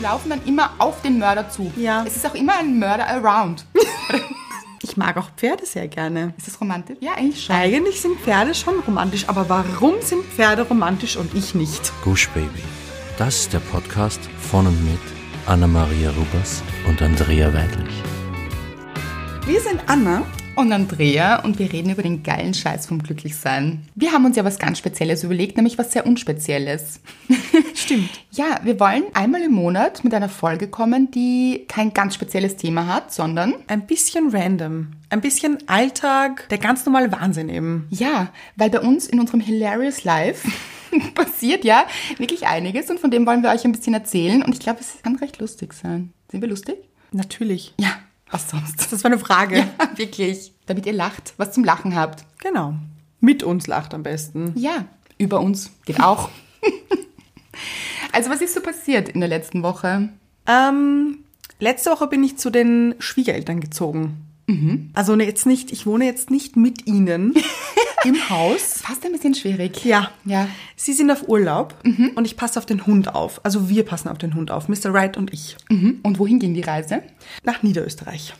laufen dann immer auf den Mörder zu. Ja. Es ist auch immer ein Mörder around. Ich mag auch Pferde sehr gerne. Ist das romantisch? Ja, eigentlich schon. Eigentlich sind Pferde schon romantisch, aber warum sind Pferde romantisch und ich nicht? Gush Baby. Das ist der Podcast von und mit Anna-Maria Rubers und Andrea Weidlich. Wir sind Anna. Und Andrea und wir reden über den geilen Scheiß vom Glücklichsein. Wir haben uns ja was ganz Spezielles überlegt, nämlich was sehr Unspezielles. Stimmt. Ja, wir wollen einmal im Monat mit einer Folge kommen, die kein ganz spezielles Thema hat, sondern Ein bisschen random. Ein bisschen Alltag, der ganz normale Wahnsinn eben. ja, weil bei uns in unserem Hilarious Life passiert ja wirklich einiges und von dem wollen wir euch ein bisschen erzählen und ich glaube, es kann recht lustig sein. Sind wir lustig? Natürlich. Ja, was sonst? Das war eine Frage. wirklich. Damit ihr lacht, was zum Lachen habt. Genau. Mit uns lacht am besten. Ja, über uns geht auch. also was ist so passiert in der letzten Woche? Ähm, letzte Woche bin ich zu den Schwiegereltern gezogen. Also ne, jetzt nicht, ich wohne jetzt nicht mit ihnen im Haus. Fast ein bisschen schwierig. Ja. Ja. Sie sind auf Urlaub und ich passe auf den Hund auf. Also wir passen auf den Hund auf, Mr. Wright und ich. Mhm. Und wohin ging die Reise? Nach Niederösterreich.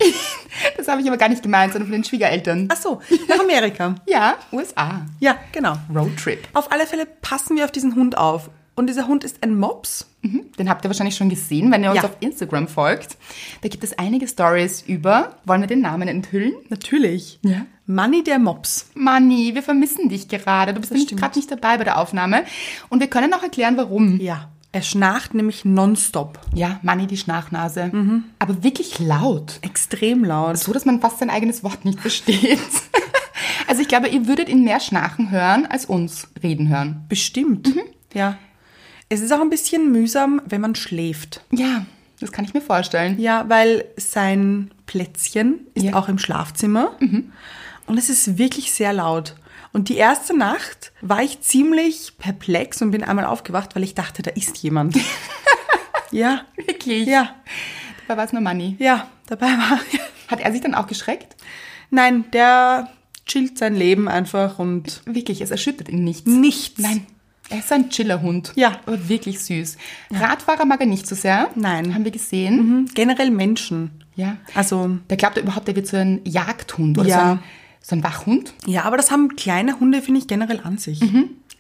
Das habe ich aber gar nicht gemeint, sondern von den Schwiegereltern. Ach so, nach Amerika. Ja, USA. Ja, genau. Roadtrip. Auf alle Fälle passen wir auf diesen Hund auf. Und dieser Hund ist ein Mops. Mhm. Den habt ihr wahrscheinlich schon gesehen, wenn ihr uns Ja. auf Instagram folgt. Da gibt es einige Stories über. Wollen wir den Namen enthüllen? Natürlich. Ja. Manny der Mops. Manni, wir vermissen dich gerade. Du bist nämlich stimmt. gerade nicht dabei bei der Aufnahme. Und wir können auch erklären, warum. Ja. Er schnarcht nämlich nonstop. Ja, Manni, die Schnachnase. Mhm. Aber wirklich laut. Extrem laut. Also So, dass man fast sein eigenes Wort nicht versteht. also ich glaube, ihr würdet ihn mehr schnarchen hören, als uns reden hören. Bestimmt. Mhm. Ja. Es ist auch ein bisschen mühsam, wenn man schläft. Ja, das kann ich mir vorstellen. Ja, weil sein Plätzchen ist Ja. auch im Schlafzimmer. Und es ist wirklich sehr laut. Und die erste Nacht war ich ziemlich perplex und bin einmal aufgewacht, weil ich dachte, da ist jemand. ja. Wirklich? Ja. Ja, Dabei war es nur Manni. ja, dabei war. Hat er sich dann auch geschreckt? Nein, der chillt sein Leben einfach und Wirklich, es erschüttert ihn nichts. nichts. Nein. Er ist ein Chillerhund. Ja. Aber wirklich süß. Radfahrer mag er nicht so sehr. Nein. Haben wir gesehen. Hm, Generell Menschen. Ja. Also, Da glaubt er überhaupt, er wird so ein Jagdhund oder Ja. so, ein, so ein Wachhund. ja, aber das haben kleine Hunde, finde ich, generell an sich.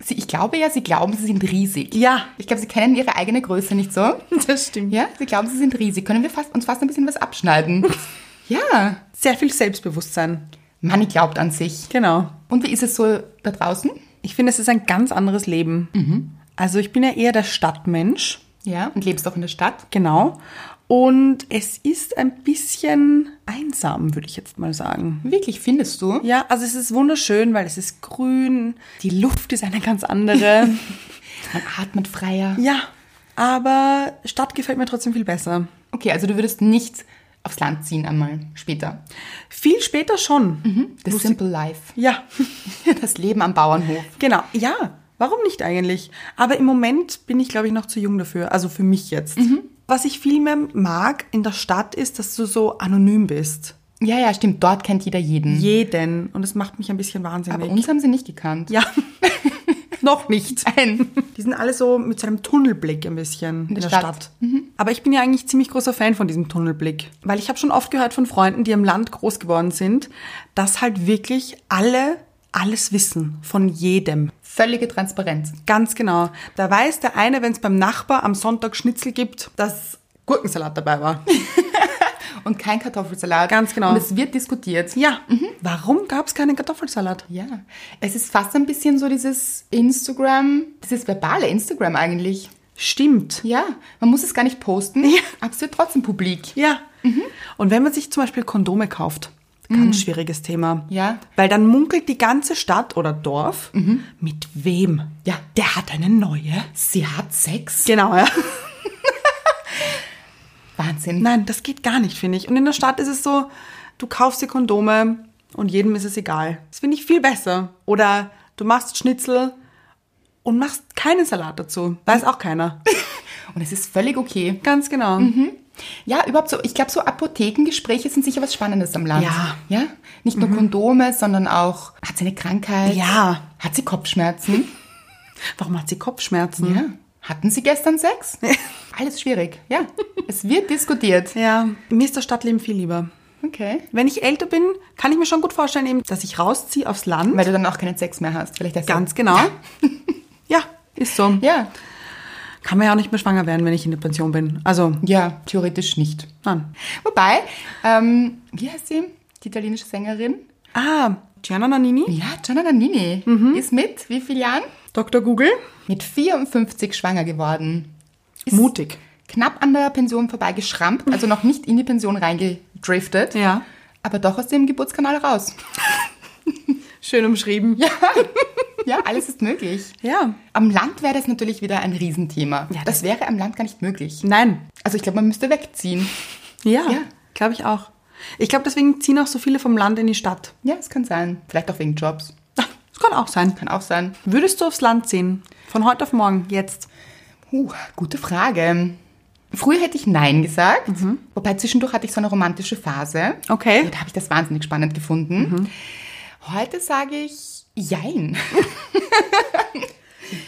Sie, ich glaube ja, sie glauben, sie sind riesig. Ja. Ich glaube, sie kennen ihre eigene Größe nicht so. Das stimmt. Ja, sie glauben, sie sind riesig. Können wir fast, uns fast ein bisschen was abschneiden? ja. Sehr viel Selbstbewusstsein. Manni glaubt an sich. Genau. Und wie ist es so da draußen? Ich finde, es ist ein ganz anderes Leben. Also ich bin ja eher der Stadtmensch, Ja. Und lebst auch in der Stadt? genau. Und es ist ein bisschen einsam, würde ich jetzt mal sagen. Wirklich, findest du? Ja, also es ist wunderschön, weil es ist grün, die Luft ist eine ganz andere. Man atmet freier. ja, aber Stadt gefällt mir trotzdem viel besser. Okay, also du würdest nicht aufs Land ziehen einmal später. Viel später schon. The Simple Life. Ja, Das Leben am Bauernhof. genau. Ja, warum nicht eigentlich? Aber im Moment bin ich, glaube ich, noch zu jung dafür. Also für mich jetzt. Was ich viel mehr mag in der Stadt ist, dass du so anonym bist. Ja, ja, stimmt. Dort kennt jeder jeden. Jeden. Und das macht mich ein bisschen wahnsinnig. Aber uns haben sie nicht gekannt. ja. noch nicht. Nein. Die sind alle so mit so einem Tunnelblick ein bisschen in der, Stadt. Stadt. Aber ich bin ja eigentlich ziemlich großer Fan von diesem Tunnelblick, weil ich habe schon oft gehört von Freunden, die im Land groß geworden sind, dass halt wirklich alle alles wissen von jedem. Völlige Transparenz. Ganz genau. Da weiß der eine, wenn es beim Nachbar am Sonntag Schnitzel gibt, dass Gurkensalat dabei war. Und kein Kartoffelsalat. Ganz genau. Und es wird diskutiert. ja. Warum gab es keinen Kartoffelsalat? Ja, es ist fast ein bisschen so dieses Instagram, dieses verbale Instagram eigentlich. Stimmt. Ja, man muss es gar nicht posten, aber es wird trotzdem publik. Ja. Mhm. Und wenn man sich zum Beispiel Kondome kauft, ganz schwieriges Thema. Ja. Mhm. Weil dann munkelt die ganze Stadt oder Dorf, mit wem? Ja. Der hat eine neue. Sie hat Sex? Genau, ja. Wahnsinn. Nein, das geht gar nicht, finde ich. Und in der Stadt ist es so, du kaufst dir Kondome und jedem ist es egal. Das finde ich viel besser. Oder du machst Schnitzel und machst keinen Salat dazu. Weiß auch keiner. Und es ist völlig okay. Ganz genau. Mhm. Ja, überhaupt so, ich glaube, so Apothekengespräche sind sicher was Spannendes am Land. Ja. Mhm. Ja? Nicht nur Kondome, sondern auch, hat sie eine Krankheit? Ja. Hat sie Kopfschmerzen? Warum hat sie Kopfschmerzen? Ja. Hatten Sie gestern Sex? Alles schwierig, ja. Es wird diskutiert. Ja, mir ist das Stadtleben viel lieber. Okay. Wenn ich älter bin, kann ich mir schon gut vorstellen, eben, dass ich rausziehe aufs Land. Weil du dann auch keinen Sex mehr hast. Vielleicht deshalb. Ganz genau. ja, ist so. Ja. Kann man ja auch nicht mehr schwanger werden, wenn ich in der Pension bin. Also, Ja, theoretisch nicht. nein. Wobei, ähm, wie heißt sie? Die italienische Sängerin? Ah, Gianna Nannini, Ja, Gianna Nannini Mhm. ist mit wie vielen Jahren? Dr. Google. Mit 54 schwanger geworden. Ist Mutig. Knapp an der Pension vorbeigeschrammt, also noch nicht in die Pension reingedriftet. Ja. Aber doch aus dem Geburtskanal raus. Schön umschrieben. Ja, ja alles ist möglich. Ja. Am Land wäre das natürlich wieder ein Riesenthema. Ja, das wäre am Land gar nicht möglich. Nein. Also ich glaube, man müsste wegziehen. Ja, Ja. glaube ich auch. Ich glaube, deswegen ziehen auch so viele vom Land in die Stadt. Ja, es kann sein. Vielleicht auch wegen Jobs. Ah, Das kann auch sein. Kann auch sein. Würdest du aufs Land ziehen? Von heute auf morgen, jetzt. Puh, gute Frage. Früher hätte ich Nein gesagt, wobei zwischendurch hatte ich so eine romantische Phase. Mhm. Okay. Mhm. Da habe ich das wahnsinnig spannend gefunden. Heute sage ich Jein.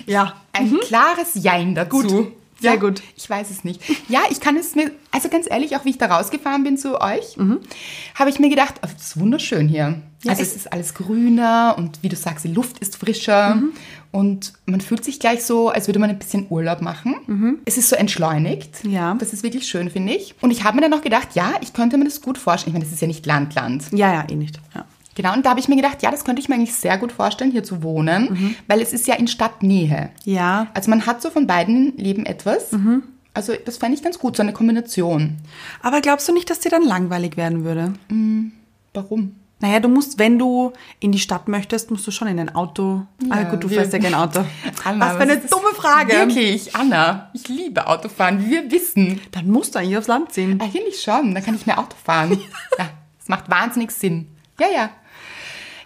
Ja. Ein klares Jein dazu. Mhm. Gut. Sehr gut. Ich weiß es nicht. Ja, ich kann es mir, also ganz ehrlich, auch wie ich da rausgefahren bin zu euch, habe ich mir gedacht, oh, es ist wunderschön hier. Mhm. Ja, also es- es ist alles grüner und wie du sagst, die Luft ist frischer Mhm. und man fühlt sich gleich so, als würde man ein bisschen Urlaub machen. Es ist so entschleunigt. Mhm. Ja. Das ist wirklich schön, finde ich. Und ich habe mir dann auch gedacht, ja, ich könnte mir das gut vorstellen. Ich meine, das ist ja nicht Land, Land. Ja, ja, eh nicht. Ja. Genau, und da habe ich mir gedacht, ja, das könnte ich mir eigentlich sehr gut vorstellen, hier zu wohnen, weil es ist ja in Stadtnähe. Mhm. Ja. Mhm. Also man hat so von beiden Leben etwas. Also das fände ich ganz gut, so eine Kombination. Aber glaubst du nicht, dass dir dann langweilig werden würde? Warum? Naja, du musst, wenn du in die Stadt möchtest, musst du schon in ein Auto. ah, gut, du wir- fährst ja kein Auto. Anna, was für eine ist das? dumme Frage. Wirklich, Anna, ich liebe Autofahren, wie wir wissen. Dann musst du eigentlich aufs Land ziehen. Eigentlich Ah, schon, dann kann ich mehr Auto fahren. ja, das macht wahnsinnig Sinn. Ja, ja.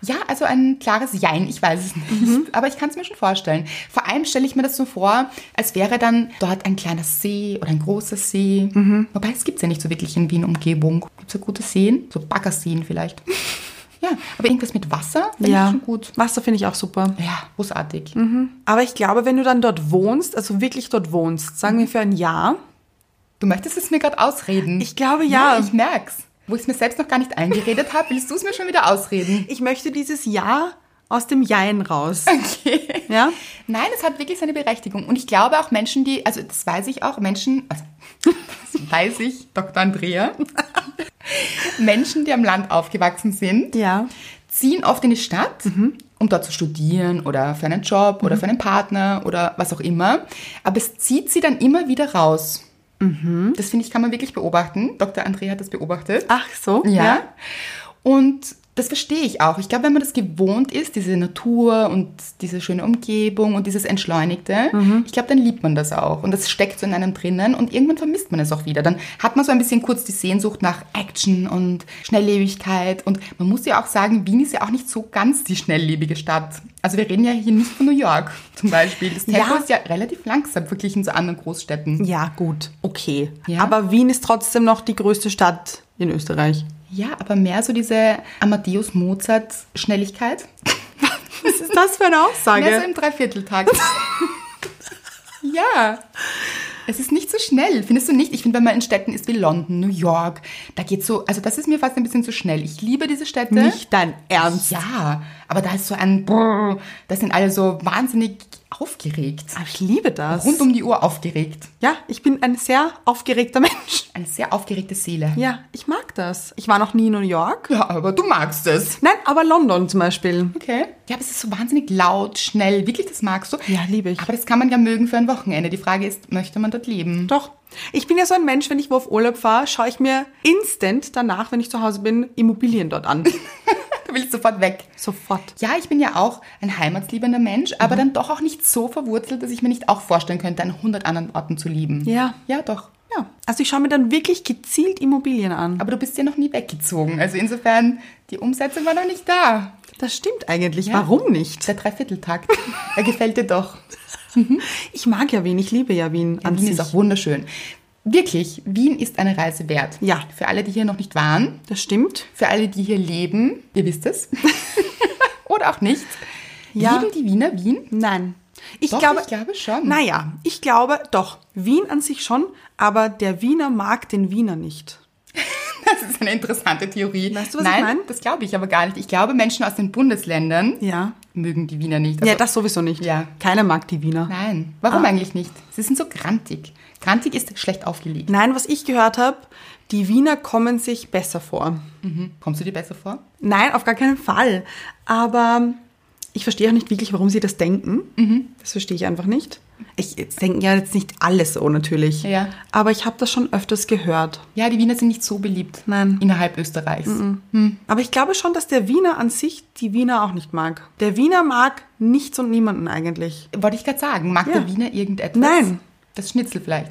Ja, also ein klares Jein, ich weiß es nicht. Mhm. Aber ich kann es mir schon vorstellen. Vor allem stelle ich mir das so vor, als wäre dann dort ein kleiner See oder ein großer See. Mhm. Wobei, es gibt ja nicht so wirklich in Wien Umgebung. Gibt es ja gute Seen? So Baggerseen vielleicht. ja, aber irgendwas mit Wasser finde ich schon gut. Wasser finde ich auch super. Ja, großartig. Mhm. Aber ich glaube, wenn du dann dort wohnst, also wirklich dort wohnst, sagen wir für ein Jahr, Du möchtest es mir gerade ausreden. Ich glaube, ja. Ich merk's. Wo ich es mir selbst noch gar nicht eingeredet habe, willst du es mir schon wieder ausreden? ich möchte dieses Jahr aus dem Jein raus. Okay. Ja? Nein, es hat wirklich seine Berechtigung. Und ich glaube auch Menschen, die, also das weiß ich auch, Menschen, also das weiß ich, Dr. Andrea, Menschen, die am Land aufgewachsen sind, Ja. ziehen oft in die Stadt, um dort zu studieren oder für einen Job oder für einen Partner oder was auch immer. Aber es zieht sie dann immer wieder raus. Das finde ich, kann man wirklich beobachten. Dr. Andrea hat das beobachtet. Ach so? Ja. Und das verstehe ich auch. Ich glaube, wenn man das gewohnt ist, diese Natur und diese schöne Umgebung und dieses Entschleunigte, Mhm. ich glaube, dann liebt man das auch. Und das steckt so in einem drinnen und irgendwann vermisst man es auch wieder. Dann hat man so ein bisschen kurz die Sehnsucht nach Action und Schnelllebigkeit. Und man muss ja auch sagen, Wien ist ja auch nicht so ganz die schnelllebige Stadt. Also wir reden ja hier nicht von New York zum Beispiel. Das Tempo Ja. ist ja relativ langsam verglichen zu anderen Großstädten. Ja, gut. Okay. Ja. Aber Wien ist trotzdem noch die größte Stadt in Österreich. Ja, aber mehr so diese Amadeus-Mozart-Schnelligkeit. Was ist das für eine Aussage? Mehr so im Dreivierteltakt. ja. Es ist nicht so schnell, findest du nicht? Ich finde, wenn man in Städten ist wie London, New York, da geht's so, also das ist mir fast ein bisschen zu schnell. Ich liebe diese Städte. Nicht dein Ernst. Ja, aber da ist so ein Brrr, da sind alle so wahnsinnig aufgeregt. Aber Ich liebe das. Rund um die Uhr aufgeregt. ja, ich bin ein sehr aufgeregter Mensch. Eine sehr aufgeregte Seele. Ja, ich mag das. Ich war noch nie in New York. Ja, aber du magst es. Nein, aber London zum Beispiel. Okay. Ja, aber es ist so wahnsinnig laut, schnell. Wirklich, das magst du? Ja, liebe ich. Aber das kann man ja mögen für ein Wochenende. Die Frage ist, möchte man dort leben? Doch. Ich bin ja so ein Mensch, wenn ich wo auf Urlaub fahre, schaue ich mir instant danach, wenn ich zu Hause bin, Immobilien dort an. Du willst sofort weg. Sofort. Ja, ich bin ja auch ein heimatsliebender Mensch, Mhm. aber dann doch auch nicht so verwurzelt, dass ich mir nicht auch vorstellen könnte, an 100 anderen Orten zu lieben. Ja. Ja, doch. Ja. Also ich schaue mir dann wirklich gezielt Immobilien an. Aber du bist ja noch nie weggezogen. Also insofern, die Umsetzung war noch nicht da. Das stimmt eigentlich. Ja. Warum nicht? Der Dreivierteltakt. er gefällt dir doch. Ich mag ja Wien, ich liebe ja Wien an Mhm. Wien sich. ist auch wunderschön. Wirklich, Wien ist eine Reise wert. Ja. Für alle, die hier noch nicht waren, Das stimmt. für alle, die hier leben, ihr wisst es. Oder auch nicht. Ja. Lieben die Wiener Wien? Nein. Ich Doch, glaube, ich glaube schon. Naja, ich glaube doch. Wien an sich schon, aber der Wiener mag den Wiener nicht. Das ist eine interessante Theorie. Weißt du, was ich Nein, meine? das glaube ich aber gar nicht. Ich glaube, Menschen aus den Bundesländern Ja. mögen die Wiener nicht. ja, Ah. Also- das sowieso nicht. Ja. Keiner mag die Wiener. Nein. Warum eigentlich nicht? Sie sind so grantig. Grantig ist schlecht aufgelegt. Nein, was ich gehört habe, die Wiener kommen sich besser vor. Mhm. Kommst du dir besser vor? Nein, auf gar keinen Fall. Aber ich verstehe auch nicht wirklich, warum sie das denken. Mhm. Das verstehe ich einfach nicht. Ich jetzt denken ja jetzt nicht alles so natürlich. Ja. Aber ich habe das schon öfters gehört. Ja, die Wiener sind nicht so beliebt. Nein. Innerhalb Österreichs. Mhm. Aber ich glaube schon, dass der Wiener an sich die Wiener auch nicht mag. Der Wiener mag nichts und niemanden eigentlich. Wollte ich gerade sagen. Mag Ja. der Wiener irgendetwas? Nein. Das Schnitzel vielleicht.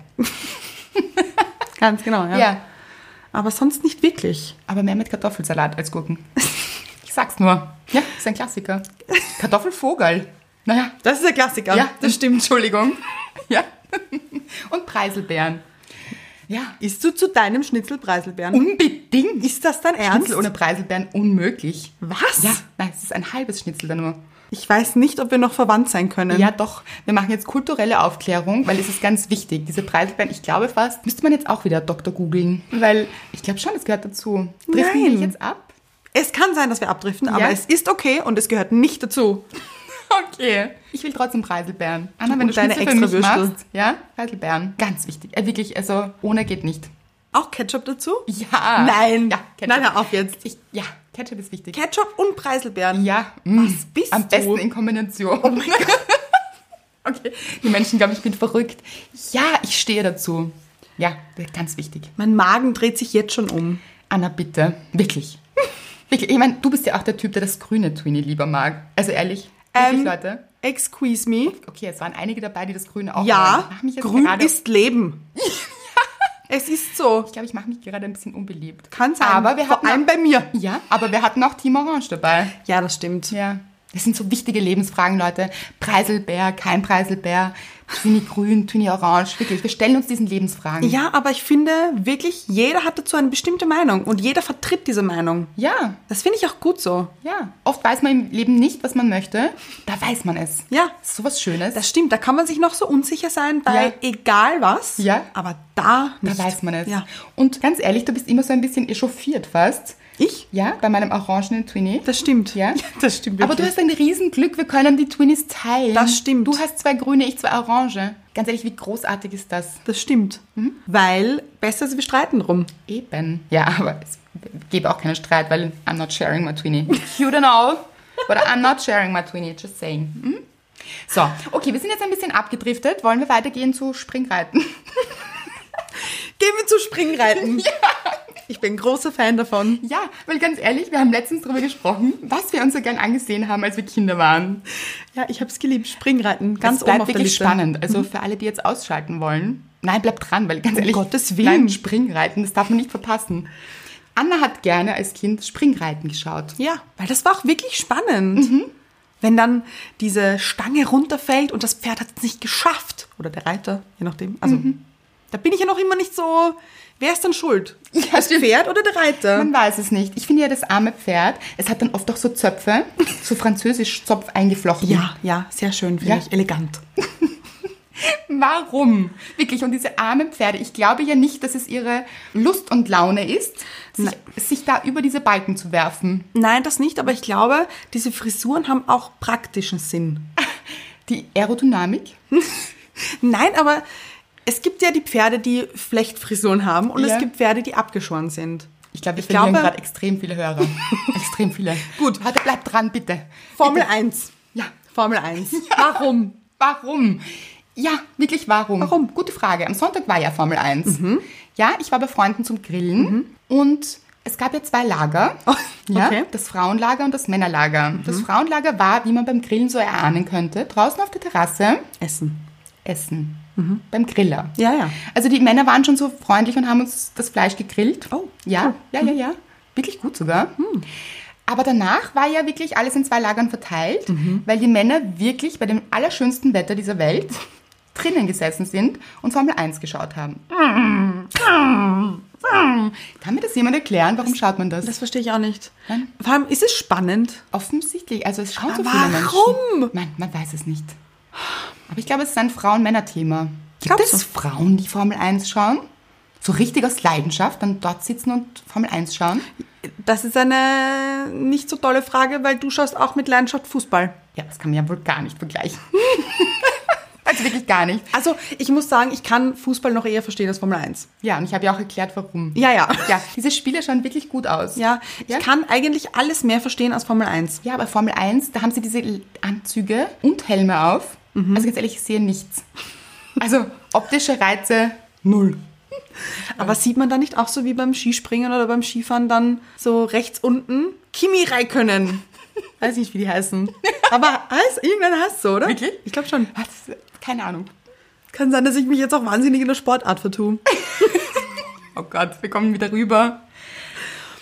Ganz genau, ja. ja. Aber sonst nicht wirklich. Aber mehr mit Kartoffelsalat als Gurken. Ich sag's nur. Ja, ist ein Klassiker. Kartoffelvogel. Naja. Das ist der Klassiker. Ja, das stimmt, Entschuldigung. Ja. Und Preiselbeeren. Ja. Isst du zu deinem Schnitzel Preiselbeeren? Unbedingt. Ist das dein Ernst? Schnitzel ohne Preiselbeeren unmöglich. Was? Ja, nein, es ist ein halbes Schnitzel da nur. Ich weiß nicht, ob wir noch verwandt sein können. Ja, doch. Wir machen jetzt kulturelle Aufklärung, weil es ist ganz wichtig. Diese Preiselbeeren, ich glaube fast, müsste man jetzt auch wieder Doktor googeln, weil ich glaube schon, es gehört dazu. Driften wir Nein. jetzt ab? Es kann sein, dass wir abdriften, aber es ist okay und es gehört nicht dazu. Okay. Ich will trotzdem Preiselbeeren. Anna, wenn Und du deine Schnitzel für mich extra Würstel. machst, ja, Preiselbeeren. Ganz wichtig. Äh, wirklich, also ohne geht nicht. Auch Ketchup dazu? Ja. Nein. Ja, Nein, hör auf jetzt. Ich, ja, Ketchup ist wichtig. Ketchup und Preiselbeeren. ja. mm. Was bist Am du? besten in Kombination. Oh mein Gott. okay. Die Menschen glauben, ich bin verrückt. Ja, ich stehe dazu. Ja, ganz wichtig. Mein Magen dreht sich jetzt schon um. Anna, bitte. Wirklich. Wirklich. Ich meine, du bist ja auch der Typ, der das grüne Twini lieber mag. Also ehrlich. Wirklich, Ähm, Leute. Excuse me. Okay, es waren einige dabei, die das Grüne auch wollen. Ja, Ich mach mich jetzt grün gerade, ist Leben. Es ist so. Ich glaube, ich mache mich gerade ein bisschen unbeliebt. Kann sein. Aber wir Vor hatten allem bei mir. Ja, aber wir hatten auch Team Orange dabei. Ja, das stimmt. Ja. Das sind so wichtige Lebensfragen, Leute. Preiselbär, kein Preiselbär, Tüni Grün, Tüni Orange. Wirklich, wir stellen uns diesen Lebensfragen. Ja, aber ich finde wirklich, jeder hat dazu eine bestimmte Meinung und jeder vertritt diese Meinung. Ja, Das finde ich auch gut so. ja. Oft weiß man im Leben nicht, was man möchte. Da weiß man es. Ja. Das ist sowas Schönes. Das stimmt, da kann man sich noch so unsicher sein bei Ja. egal was. Ja. Aber da da nicht. weiß man es. Ja. Und ganz ehrlich, du bist immer so ein bisschen echauffiert fast. Ich? Ja, bei meinem orangenen Twinny. Das stimmt. Ja? das stimmt Aber du hast ein Riesenglück, wir können die Twinnies teilen. Das stimmt. Du hast zwei grüne, ich zwei orange. Ganz ehrlich, wie großartig ist das? das stimmt. Weil besser ist, wir streiten drum. Eben. Ja, aber es gäbe auch keinen Streit, weil I'm not sharing my Twinnie. You don't know, but I'm not sharing my Twinnie, just saying. Hm? So, okay, wir sind jetzt ein bisschen abgedriftet. Wollen wir weitergehen zu Springreiten? Gehen wir zu Springreiten. ja. Ich bin großer Fan davon. Ja, weil ganz ehrlich, wir haben letztens darüber gesprochen, was wir uns so gern angesehen haben, als wir Kinder waren. Ja, ich hab's geliebt. Springreiten. Ganz es oben bleibt auf der wirklich Liste. Mhm. spannend. Also für alle, die jetzt ausschalten wollen, nein, bleibt dran, weil ganz ehrlich, Um Gottes Willen. nein, Springreiten, das darf man nicht verpassen. Anna hat gerne als Kind Springreiten geschaut. Ja, weil das war auch wirklich spannend. Mhm. Wenn dann diese Stange runterfällt und das Pferd hat es nicht geschafft. Oder der Reiter, je nachdem. Also, Mhm. da bin ich ja noch immer nicht so. Wer ist dann schuld? das stimmt. Pferd oder der Reiter? Man weiß es nicht. Ich finde ja das arme Pferd, es hat dann oft auch so Zöpfe, so französisch Zopf eingeflochten. ja, ja, sehr schön, finde Ja. ich. Elegant. Warum? Wirklich, und diese armen Pferde, ich glaube ja nicht, dass es ihre Lust und Laune ist, sich, sich da über diese Balken zu werfen. Nein, das nicht, aber ich glaube, diese Frisuren haben auch praktischen Sinn. Die Aerodynamik? Nein, aber es gibt ja die Pferde, die Flechtfrisuren haben und Ja. es gibt Pferde, die abgeschoren sind. Ich glaube, wir Ich verlieren glaube- gerade extrem viele Hörer. extrem viele. Gut, warte, bleib dran, bitte. Formel 1. Ja. Formel 1. Warum? Warum? Ja, wirklich warum? Warum? Mhm. Gute Frage. Am Sonntag war ja Formel 1. Ja, ich war bei Freunden zum Grillen und es gab ja zwei Lager. Ja, Oh, okay. Mhm. das Frauenlager und das Männerlager. Das Frauenlager war, wie man beim Grillen so erahnen könnte, draußen auf der Terrasse Essen. essen. Beim Griller. Mhm. Ja, ja. Also die Männer waren schon so freundlich und haben uns das Fleisch gegrillt. Oh, Mhm. Ja, ja, ja, ja. Wirklich gut sogar. Aber danach war ja wirklich alles in zwei Lagern verteilt, Mhm. weil die Männer wirklich bei dem allerschönsten Wetter dieser Welt drinnen gesessen sind und Formel 1 geschaut haben. Mm. Kann mir das jemand erklären? Warum schaut man das? Das verstehe ich auch nicht. Nein. Vor allem ist es spannend. Offensichtlich, also es schauen so Aber viele Menschen. warum? Man, man weiß es nicht. Aber ich glaube, es ist ein Frauen-Männer-Thema. Gibt Glaubst es Frauen, die Formel 1 schauen? So richtig aus Leidenschaft, dann dort sitzen und Formel 1 schauen? Das ist eine nicht so tolle Frage, weil du schaust auch mit Leidenschaft Fußball. Ja, das kann man ja wohl gar nicht vergleichen. also wirklich gar nicht. Also ich muss sagen, ich kann Fußball noch eher verstehen als Formel 1. Ja, und ich habe ja auch erklärt, warum. Ja, ja. Ja, diese Spiele schauen wirklich gut aus. Ja, ich Ja? kann eigentlich alles mehr verstehen als Formel 1. Ja, aber Formel 1, da haben sie diese L- Anzüge und Helme auf. Mhm. Also ganz ehrlich, ich sehe nichts. Also optische Reize, null. Aber sieht man da nicht auch so wie beim Skispringen oder beim Skifahren dann so rechts unten Kimi Räikkönen? Weiß nicht, wie die heißen. Aber heißt, irgendeiner heißt so, oder? Wirklich? Ich glaube schon. Was? Keine Ahnung. Kann sein, dass ich mich jetzt auch wahnsinnig in der Sportart vertue. Oh Gott, wir kommen wieder rüber.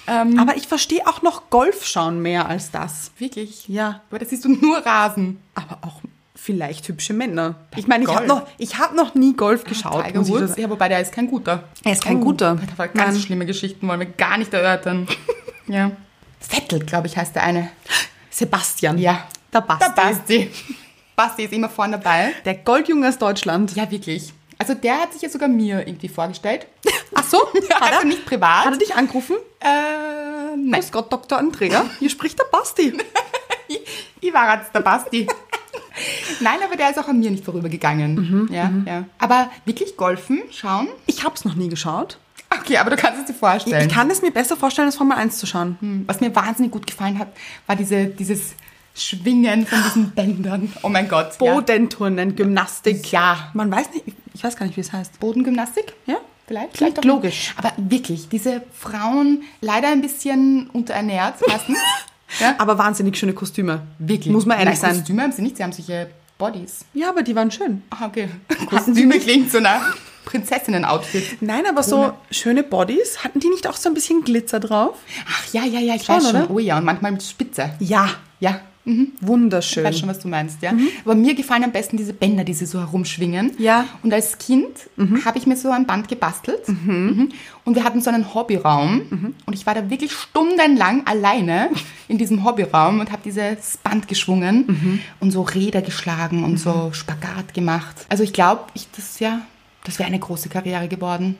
Aber ich verstehe auch noch Golf schauen mehr als das. Wirklich? Ja. Aber da siehst du nur Rasen. Aber auch vielleicht hübsche Männer. Ich meine, ich Golf. Ah, habe noch, ich hab noch nie Golf geschaut. Tiger muss ich Woods, sagen. ja, wobei der ist kein guter. Er ist kein guter. Da war ganz Nein. schlimme Geschichten, wollen wir gar nicht erörtern. ja. Vettel, glaube ich, heißt der eine. Sebastian. Ja. Der Basti. Der Basti. Basti ist immer vorne dabei. Der Goldjunge aus Deutschland. Ja, wirklich. Also der hat sich ja sogar mir irgendwie vorgestellt. Ach so? Ja, hat, er, also nicht privat. hat er dich angerufen? Äh, nein. Grüß Gott, Dr. Andrea. Hier spricht der Basti. Ich war jetzt der Basti. nein, aber der ist auch an mir nicht vorübergegangen. ja, ja. Aber wirklich golfen, schauen? Ich habe es noch nie geschaut. Okay, aber du kannst es dir Ich, vorstellen. ich kann es mir besser vorstellen, als Formel 1 zu schauen. Was mir wahnsinnig gut gefallen hat, war diese, dieses Schwingen von diesen Bändern. Oh mein Gott. ja. Bodenturnen, Gymnastik. Ja. Man weiß nicht, ich weiß gar nicht, wie es heißt. Bodengymnastik? Ja. Vielleicht? Klingt vielleicht auch nicht. logisch. Aber wirklich, diese Frauen leider ein bisschen unterernährt meistens. ja? Aber wahnsinnig schöne Kostüme. Wirklich. Muss man ehrlich Nein, sein. Kostüme haben sie nicht, sie haben solche Bodies. Ja, aber die waren schön. Ah, okay. Hatten sie Kostüme nicht? klingt so nach Prinzessinnen-Outfit. Nein, aber so schöne Bodies. Hatten die nicht auch so ein bisschen Glitzer drauf? Ach ja, ja, ja, ich Schon, weiß schon. oder? Oh ja, und manchmal mit Spitze. Ja. Ja. Mhm. Ich Wunderschön. weiß schon, was du meinst, ja. Aber mir gefallen am besten diese Bänder, die sie so herumschwingen. Mhm. Ja. Mhm. Und als Kind habe ich mir so ein Band gebastelt. Mhm. Und wir hatten so einen Hobbyraum. Mhm. Und ich war da wirklich stundenlang alleine in diesem Hobbyraum und habe dieses Band geschwungen Mhm. und so Räder geschlagen und so Spagat gemacht. Also ich glaube, ich, das, ja, das wäre eine große Karriere geworden.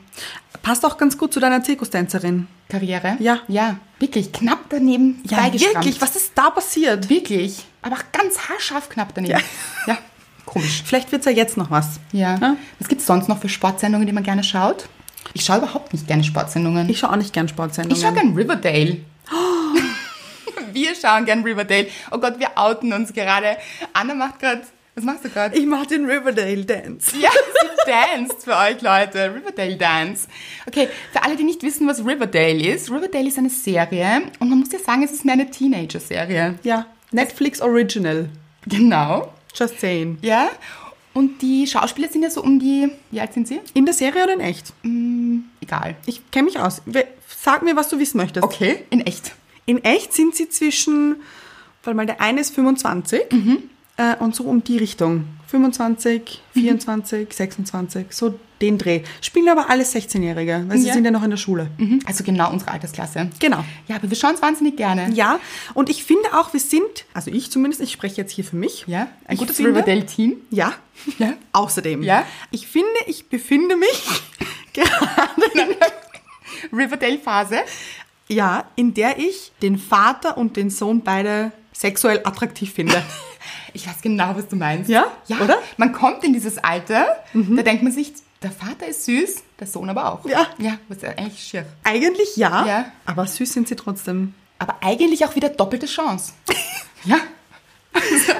Passt auch ganz gut zu deiner Zirkustänzerin. Karriere? Ja. Ja, wirklich knapp daneben Ja, beigestrammt. wirklich. Was ist da passiert? Wirklich. Aber auch ganz haarscharf knapp daneben. Ja. Komisch. Vielleicht wird's ja jetzt noch was. Ja. Ja. Was gibt's sonst noch für Sportsendungen, die man gerne schaut? Ich schaue überhaupt nicht gerne Sportsendungen. Ich schaue auch nicht gern Sportsendungen. Ich schaue gern Riverdale. wir schauen gern Riverdale. Oh Gott, wir outen uns gerade. Anna macht gerade. Was machst du gerade? Ich mache den Riverdale Dance. Ja, sie danced für euch Leute. Riverdale Dance. Okay, für alle, die nicht wissen, was Riverdale ist. Riverdale ist eine Serie und man muss ja sagen, es ist mehr eine Teenager-Serie. Ja, Netflix Original. Genau. Just saying. Ja. Und die Schauspieler sind ja so um die, wie alt sind sie? In der Serie oder in echt? Egal. Ich kenne mich aus. We- Sag mir, was du wissen möchtest. Okay. In echt. In echt sind sie zwischen, weil mal der eine ist 25 Mhm. äh, und so um die Richtung. 25, 24, 26, so den Dreh. Spielen aber alles 16-Jährige, weil sie Ja. sind ja noch in der Schule. Mhm. Also genau unsere Altersklasse. Genau. Ja, aber wir schauen es wahnsinnig gerne. Ja, und ich finde auch, wir sind, also ich zumindest, ich spreche jetzt hier für mich. Ja, ein Ich gutes finde- Riverdale-Team. Ja. Ja. Außerdem. Ja. Ich finde, ich befinde mich gerade Riverdale-Phase. Ja, in der ich den Vater und den Sohn beide sexuell attraktiv finde. Ich weiß genau, was du meinst. Ja? Ja. Oder? Mhm. Man kommt in dieses Alter, da denkt man sich, der Vater ist süß, der Sohn aber auch. Ja. Ja, was ist eigentlich schier. Eigentlich ja, Ja. aber süß sind sie trotzdem. Aber eigentlich auch wieder doppelte Chance. ja.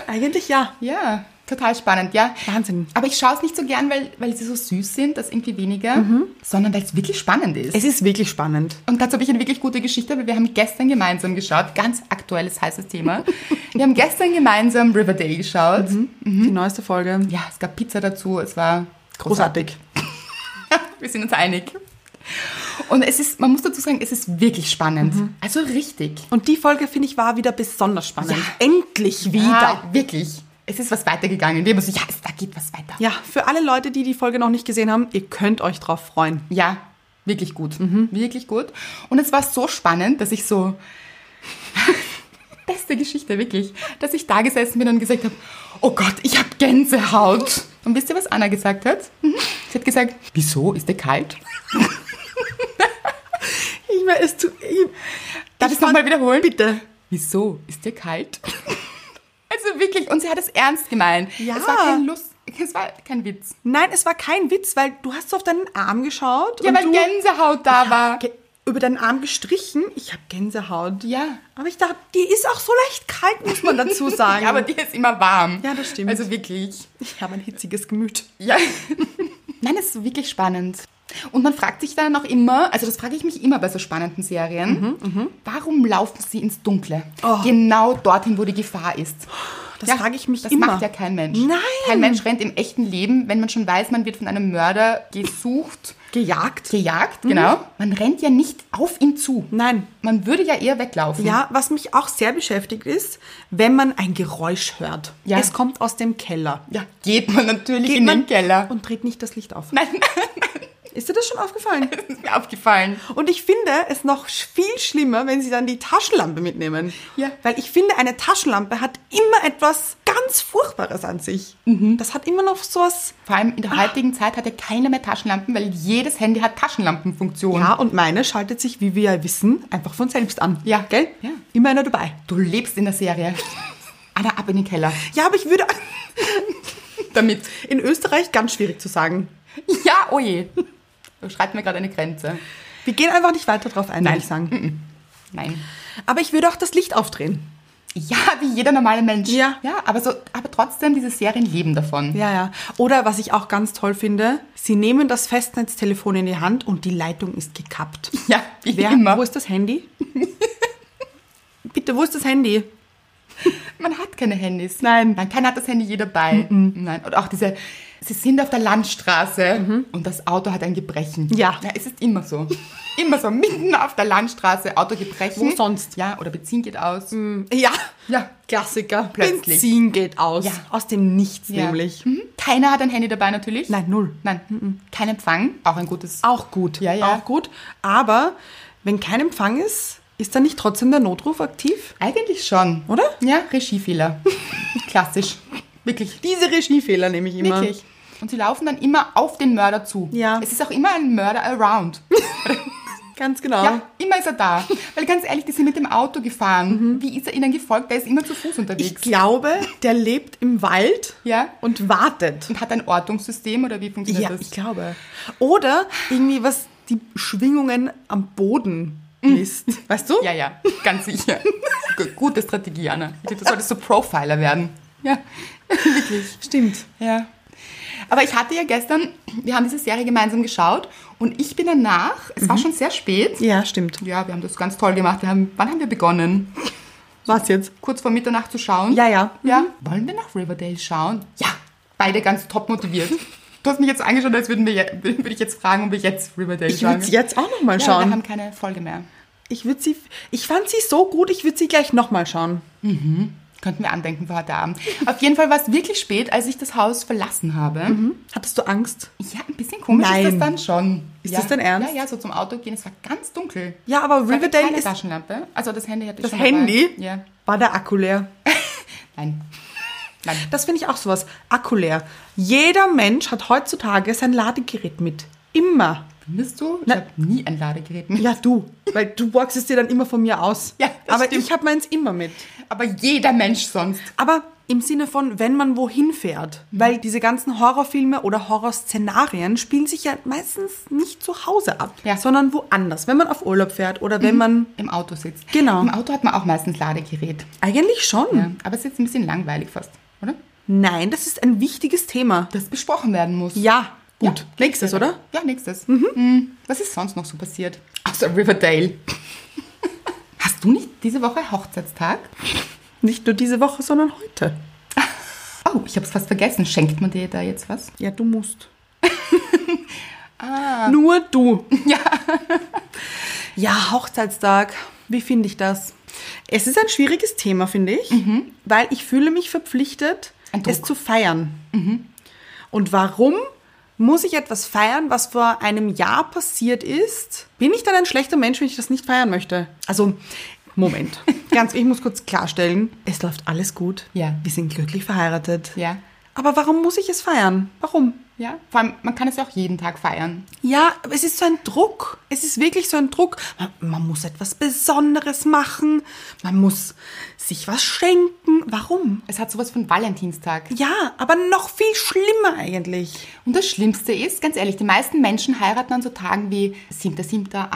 Eigentlich ja. Ja, total spannend, ja. Wahnsinn. Aber ich schaue es nicht so gern, weil, weil sie so süß sind, das irgendwie weniger, sondern weil es wirklich spannend ist. Mhm. Es ist wirklich spannend. Und dazu habe ich eine wirklich gute Geschichte, weil wir haben gestern gemeinsam geschaut, ganz aktuelles, heißes Thema. wir haben gestern gemeinsam Riverdale geschaut. Die neueste Folge. Mhm. Ja, es gab Pizza dazu, es war Großartig. wir sind uns einig. Und es ist, man muss dazu sagen, es ist wirklich spannend. Mhm. Also richtig. Und die Folge, finde ich, war wieder besonders spannend. Ja. Endlich Ja, wieder. wirklich. Es ist was weitergegangen. Wir haben so, ja, es, da geht was weiter. Ja, für alle Leute, die die Folge noch nicht gesehen haben, ihr könnt euch drauf freuen. Ja, wirklich gut. Wirklich gut. Und es war so spannend, dass ich so. Das stärkste Geschichte, wirklich, dass ich da gesessen bin und gesagt habe, oh Gott, ich habe Gänsehaut. Und wisst ihr, was Anna gesagt hat? Mhm. Sie hat gesagt, wieso, ist dir kalt? Ich meine, es tut. Ich, Darf ich es nochmal wiederholen? Bitte. Wieso, ist dir kalt? Also wirklich, und sie hat es ernst gemeint. Ja. Es war kein Lust, es war kein Witz. Nein, es war kein Witz, weil du hast so auf deinen Arm geschaut. Ja, und weil du Gänsehaut da war. Ge- über deinen Arm gestrichen. Ich habe Gänsehaut. Ja. Aber ich dachte, die ist auch so leicht kalt, muss man dazu sagen. Ja, aber dir ist immer warm. Ja, das stimmt. Also wirklich. ich habe ein hitziges Gemüt. Ja. Nein, es ist wirklich spannend. Und man fragt sich dann auch immer, also das frage ich mich immer bei so spannenden Serien, warum laufen sie ins Dunkle? Mhm, Oh. Genau dorthin, wo die Gefahr ist. Das frage ich mich das immer. Das macht ja kein Mensch. Nein. Kein Mensch rennt im echten Leben, wenn man schon weiß, man wird von einem Mörder gesucht, Gejagt? gejagt, genau. Man rennt ja nicht auf ihn zu. Mhm. Nein. Man würde ja eher weglaufen. Ja, was mich auch sehr beschäftigt ist, wenn man ein Geräusch hört. Ja. Es kommt aus dem Keller. Ja, geht man natürlich in man den Keller. Und dreht nicht das Licht auf. Nein, Ist dir das schon aufgefallen? das ist mir aufgefallen. Und ich finde es noch sch- viel schlimmer, wenn sie dann die Taschenlampe mitnehmen. Ja. Weil ich finde, eine Taschenlampe hat immer etwas ganz Furchtbares an sich. Mhm. Das hat immer noch sowas. Vor allem in der Ah. heutigen Zeit hat ja keiner mehr Taschenlampen, weil jedes Handy hat Taschenlampenfunktion. Ja, und meine schaltet sich, wie wir ja wissen, einfach von selbst an. Ja. Gell? Ja. Immer einer dabei. Du lebst in der Serie. Anna, ab in den Keller. Ja, aber ich würde Damit. in Österreich ganz schwierig zu sagen. Ja, oje. Du schreibst mir gerade eine Grenze. Wir gehen einfach nicht weiter drauf ein, würde ich sagen. Nein. Aber ich würde auch das Licht aufdrehen. Ja, wie jeder normale Mensch. Ja. Ja, aber, so, aber trotzdem, diese Serien leben davon. Ja, ja. Oder was ich auch ganz toll finde, sie nehmen das Festnetztelefon in die Hand und die Leitung ist gekappt. Ja, wie Wer, immer. Wo ist das Handy? Bitte, wo ist das Handy? Man hat keine Handys. Nein. Nein, keiner hat das Handy je dabei. Nein. Und auch diese, sie sind auf der Landstraße und das Auto hat ein Gebrechen. Mhm. Ja. ja. Es ist immer so. immer so. Mitten auf der Landstraße, Auto gebrechen. Wo sonst? Mm. Ja, oder Benzin geht aus. Ja, Ja. Klassiker. Plötzlich. Benzin geht aus. Ja. Aus dem Nichts Ja. nämlich. Mhm. Keiner hat ein Handy dabei natürlich. Nein, null. Nein. Kein Empfang. Auch ein gutes. Auch gut. Ja, ja. Auch gut. Aber wenn kein Empfang ist, ist dann nicht trotzdem der Notruf aktiv? Eigentlich schon. Oder? Ja, Regiefehler. Klassisch. Wirklich. Diese Regiefehler nehme ich immer. Wirklich. Und sie laufen dann immer auf den Mörder zu. Ja. Es ist auch immer ein Mörder around. Ganz genau. Ja, immer ist er da. Weil ganz ehrlich, die sind mit dem Auto gefahren. Wie ist er ihnen gefolgt? Der ist immer zu Fuß Mhm. Ich unterwegs. glaube, der lebt im Wald Ja. und wartet. Und hat ein Ortungssystem oder wie funktioniert Ja, das? ich glaube. Oder irgendwie was die Schwingungen am Boden misst. Weißt du? Mhm. Ja, ja, ganz sicher. Gu- Gute Strategie, Anna. Du solltest so Profiler werden. Ja, wirklich. Stimmt. Ja. Aber ich hatte ja gestern, wir haben diese Serie gemeinsam geschaut und ich bin danach, es Mhm. war schon sehr spät. Ja, stimmt. Ja, wir haben das ganz toll gemacht. Wir haben, wann haben wir begonnen? Was jetzt? Kurz vor Mitternacht zu schauen? Ja, Mhm. ja. Ja. Wollen wir nach Riverdale schauen? Ja. Beide ganz top motiviert. Du hast mich jetzt angeschaut, als würden wir je, würde ich jetzt fragen, ob wir jetzt Riverdale Ich schauen. würde sie jetzt auch nochmal ja, schauen. Wir haben keine Folge mehr. Ich würde sie. Ich fand sie so gut, ich würde sie gleich nochmal schauen. Könnten wir andenken für heute Abend. Auf jeden Fall war es wirklich spät, als ich das Haus verlassen habe. Hattest du Angst? Ja, ein bisschen komisch ist Mhm. Nein. das dann schon. Ist ja. das dein Ernst? Ja, ja, so zum Auto gehen. Es war ganz dunkel. Ja, aber Es hatte Riverdale keine ist- Taschenlampe. Also das Handy hatte ich Das schon Handy? Dabei. Ja. War der Akku leer? Nein. Nein. Das finde ich auch sowas. Akku leer. Jeder Mensch hat heutzutage sein Ladegerät mit. Immer. Findest du? Ich Na- habe nie ein Ladegerät mit. Ja, du. Weil du borgst es dir dann immer von mir aus. Ja, das Aber stimmt. ich habe meins immer mit. Aber jeder Mensch sonst. Aber im Sinne von, wenn man wohin fährt. Weil diese ganzen Horrorfilme oder Horrorszenarien spielen sich ja meistens nicht zu Hause ab, Ja. sondern woanders. Wenn man auf Urlaub fährt oder wenn man. Im Auto sitzt. Genau. Im Auto hat man auch meistens Ladegerät. Eigentlich schon. Ja. Aber es ist jetzt ein bisschen langweilig fast, oder? Nein, das ist ein wichtiges Thema. Das besprochen werden muss. Ja, gut. Ja. Nächstes, oder? Ja, nächstes. Mhm. Was ist sonst noch so passiert? Außer Riverdale. Hast du nicht diese Woche Hochzeitstag? Nicht nur diese Woche, sondern heute. Oh, ich habe es fast vergessen. Schenkt man dir da jetzt was? Ja, du musst. Ah. Nur du. Ja. Ja, Hochzeitstag. Wie finde ich das? Es ist ein schwieriges Thema, finde ich, weil ich fühle mich verpflichtet, Mhm. Ein Druck. Mhm. es zu feiern. Und warum muss ich etwas feiern, was vor einem Jahr passiert ist? Bin ich dann ein schlechter Mensch, wenn ich das nicht feiern möchte? Also Moment. Ganz, ich muss kurz klarstellen, es läuft alles gut. Ja. Wir sind glücklich verheiratet. Ja. Aber warum muss ich es feiern? Warum? Ja, vor allem, man kann es ja auch jeden Tag feiern. Ja, aber es ist so ein Druck. Es ist wirklich so ein Druck. Man, man muss etwas Besonderes machen. Man muss sich was schenken. Warum? Es hat sowas von Valentinstag. Ja, aber noch viel schlimmer eigentlich. Und das Schlimmste ist, ganz ehrlich, die meisten Menschen heiraten an so Tagen wie 7.7., 8.8.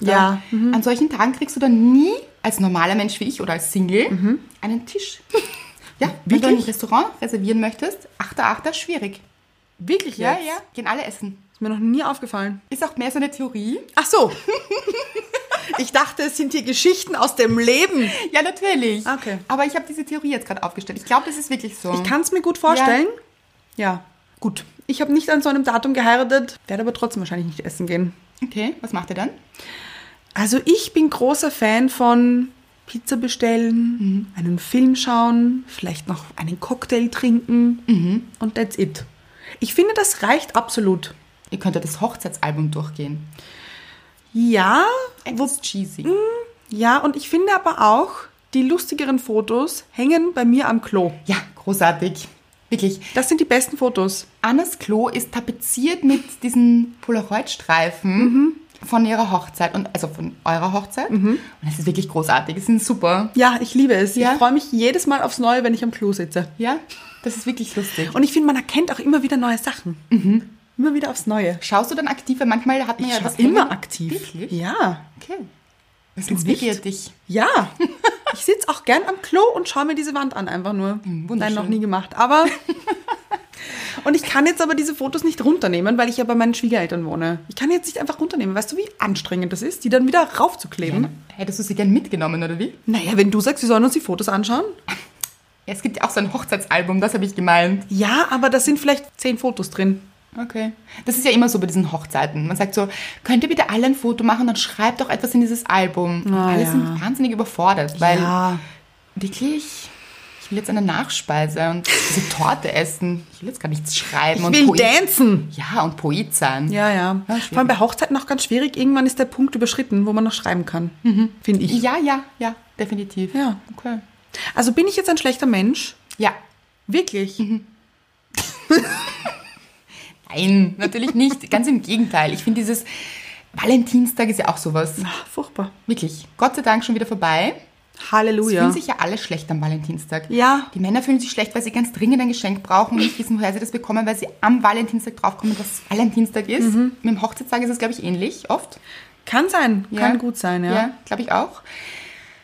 Ja, mhm. An solchen Tagen kriegst du dann nie, als normaler Mensch wie ich oder als Single, einen Tisch. ja, wenn du ein Mhm. Wirklich? Restaurant reservieren möchtest, 8.8. schwierig. Wirklich Ja, ja, gehen alle essen. Ist mir noch nie aufgefallen. Ist auch mehr so eine Theorie. Ach so. ich dachte, es sind hier Geschichten aus dem Leben. Ja, natürlich. Okay. Aber ich habe diese Theorie jetzt gerade aufgestellt. Ich glaube, das ist wirklich so. Ich kann es mir gut vorstellen. Mhm. Ja. Gut. Ich habe nicht an so einem Datum geheiratet, werde aber trotzdem wahrscheinlich nicht essen gehen. Okay, was macht ihr dann? Also ich bin großer Fan von Pizza bestellen, Mhm. einen Film schauen, vielleicht noch einen Cocktail trinken Mhm. und that's it. Ich finde, das reicht absolut. Ihr könntet das Hochzeitsalbum durchgehen. Ja, wo, Etwas cheesy. ja, und ich finde aber auch, die lustigeren Fotos hängen bei mir am Klo. Ja, großartig. Wirklich. Das sind die besten Fotos. Annas Klo ist tapeziert mit diesen Polaroid-Streifen von ihrer Hochzeit und also von eurer Hochzeit. Mhm. Und es ist wirklich großartig. Es sind super. Ja, ich liebe es. Ja. Ich freue mich jedes Mal aufs Neue, wenn ich am Klo sitze. Ja, das ist wirklich lustig. Und Und ich finde, man erkennt auch immer wieder neue Sachen. Immer wieder aufs Neue. schaust du dann aktiv? Weil manchmal hat man Ich Mhm. ja schau was immer gegen- aktiv. Wirklich? Ja. Okay. Das nicht? inspiriert dich. Ja. Ich sitze auch gern am Klo und schaue mir diese Wand an, einfach nur. Mhm, wunderschön. Nein, noch nie gemacht. Aber. Und ich kann jetzt aber diese Fotos nicht runternehmen, weil ich ja bei meinen Schwiegereltern wohne. Ich kann jetzt nicht einfach runternehmen. Weißt du, wie anstrengend das ist, die dann wieder raufzukleben? Hättest du sie gern mitgenommen, oder wie? Naja, wenn du sagst, wir sollen uns die Fotos anschauen. Ja, es gibt ja auch so ein Hochzeitsalbum, das habe ich gemeint. Ja, aber da sind vielleicht zehn Fotos drin. Okay. Das ist ja immer so bei diesen Hochzeiten. Man sagt so, könnt ihr bitte alle ein Foto machen, dann schreibt doch etwas in dieses Album. Und Ah, alle ja. sind wahnsinnig überfordert, weil ja. wirklich, ich will jetzt eine Nachspeise und diese Torte essen. Ich will jetzt gar nichts schreiben. Ich und will Poet- dancen. Ja, und Poet sein. Ja, ja. Ja, schwierig. Vor allem bei Hochzeiten auch ganz schwierig. Irgendwann ist der Punkt überschritten, wo man noch schreiben kann. Mhm. Finde ich. ja, ja, ja, definitiv. Ja. Okay. Also bin ich jetzt ein schlechter Mensch? Ja. Wirklich? Mhm. Nein, natürlich nicht. Ganz im Gegenteil. Ich finde dieses Valentinstag ist ja auch sowas. Ach, Ah, furchtbar. Wirklich. Gott sei Dank schon wieder vorbei. Es Halleluja. fühlen sich ja alle schlecht am Valentinstag. Ja. Die Männer fühlen sich schlecht, weil sie ganz dringend ein Geschenk brauchen und nicht wissen, woher sie das bekommen, weil sie am Valentinstag draufkommen, dass Valentinstag ist. Mhm. Mit dem Hochzeitstag ist es, glaube ich, ähnlich oft. Kann sein. Ja. Kann gut sein, ja. Ja, glaube ich auch.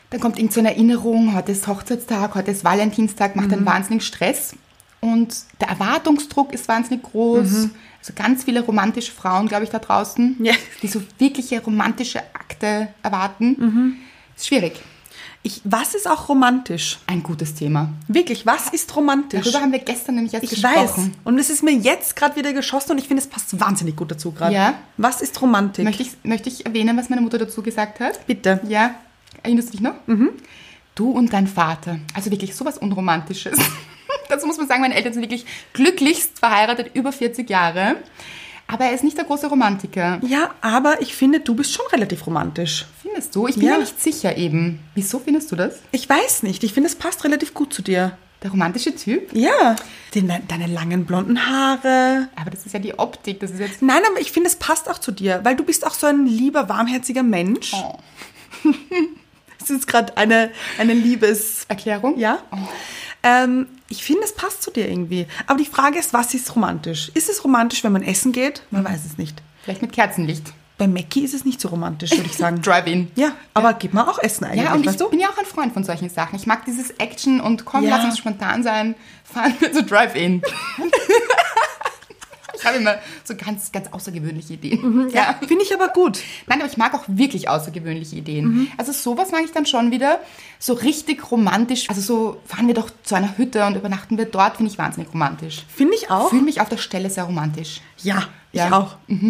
Dann kommt irgend so eine Erinnerung, heute ist Hochzeitstag, heute ist Valentinstag, macht Mhm. einen wahnsinnigen Stress. Und der Erwartungsdruck ist wahnsinnig groß. Also ganz viele romantische Frauen, glaube ich, da draußen, Mhm. Ja. die so wirkliche romantische Akte erwarten. Mhm. Ist schwierig. Ich, was ist auch romantisch? Ein gutes Thema. Wirklich, was ist romantisch? Darüber haben wir gestern nämlich erst ich weiß. gesprochen. Und es ist mir jetzt gerade wieder geschossen und ich finde, es passt wahnsinnig gut dazu gerade. Ja. Was ist Romantik? Möchte ich, möchte ich erwähnen, was meine Mutter dazu gesagt hat? Bitte. Ja. Erinnerst du dich noch? Du und dein Vater. Also wirklich sowas Unromantisches. dazu muss man sagen, meine Eltern sind wirklich glücklichst verheiratet, über 40 Jahre. Aber er ist nicht der große Romantiker. Ja, aber ich finde, du bist schon relativ romantisch. Findest du? Ich bin ja. Ja. ja nicht sicher eben. Wieso findest du das? Ich weiß nicht. Ich finde, es passt relativ gut zu dir. Der romantische Typ? Ja. Den, deine langen blonden Haare. Aber das ist ja die Optik. Das ist jetzt. Nein, aber ich finde, es passt auch zu dir, weil du bist auch so ein lieber, warmherziger Mensch. Oh. Das ist gerade eine, eine Erklärung? Liebeserklärung. Ja? Ähm, ich finde, es passt zu dir irgendwie. Aber die Frage ist, was ist romantisch? Ist es romantisch, wenn man essen geht? Man Mhm. weiß es nicht. Vielleicht mit Kerzenlicht. Bei Mackie ist es nicht so romantisch, würde ich sagen. Drive-in. ja, aber geht man auch essen eigentlich, Ja, und ich weißt du? bin ja auch ein Freund von solchen Sachen. Ich mag dieses Action und komm, Ja. lass uns spontan sein, fahren wir zu Drive-In. ich habe immer so ganz, ganz außergewöhnliche Ideen. Ja, finde ich aber gut. Nein, aber ich mag auch wirklich außergewöhnliche Ideen. Also sowas mag ich dann schon wieder so richtig romantisch. Also so fahren wir doch zu einer Hütte und übernachten wir dort, finde ich wahnsinnig romantisch. Finde ich auch. Fühle mich auf der Stelle sehr romantisch. Ja, ich Ja. Mhm.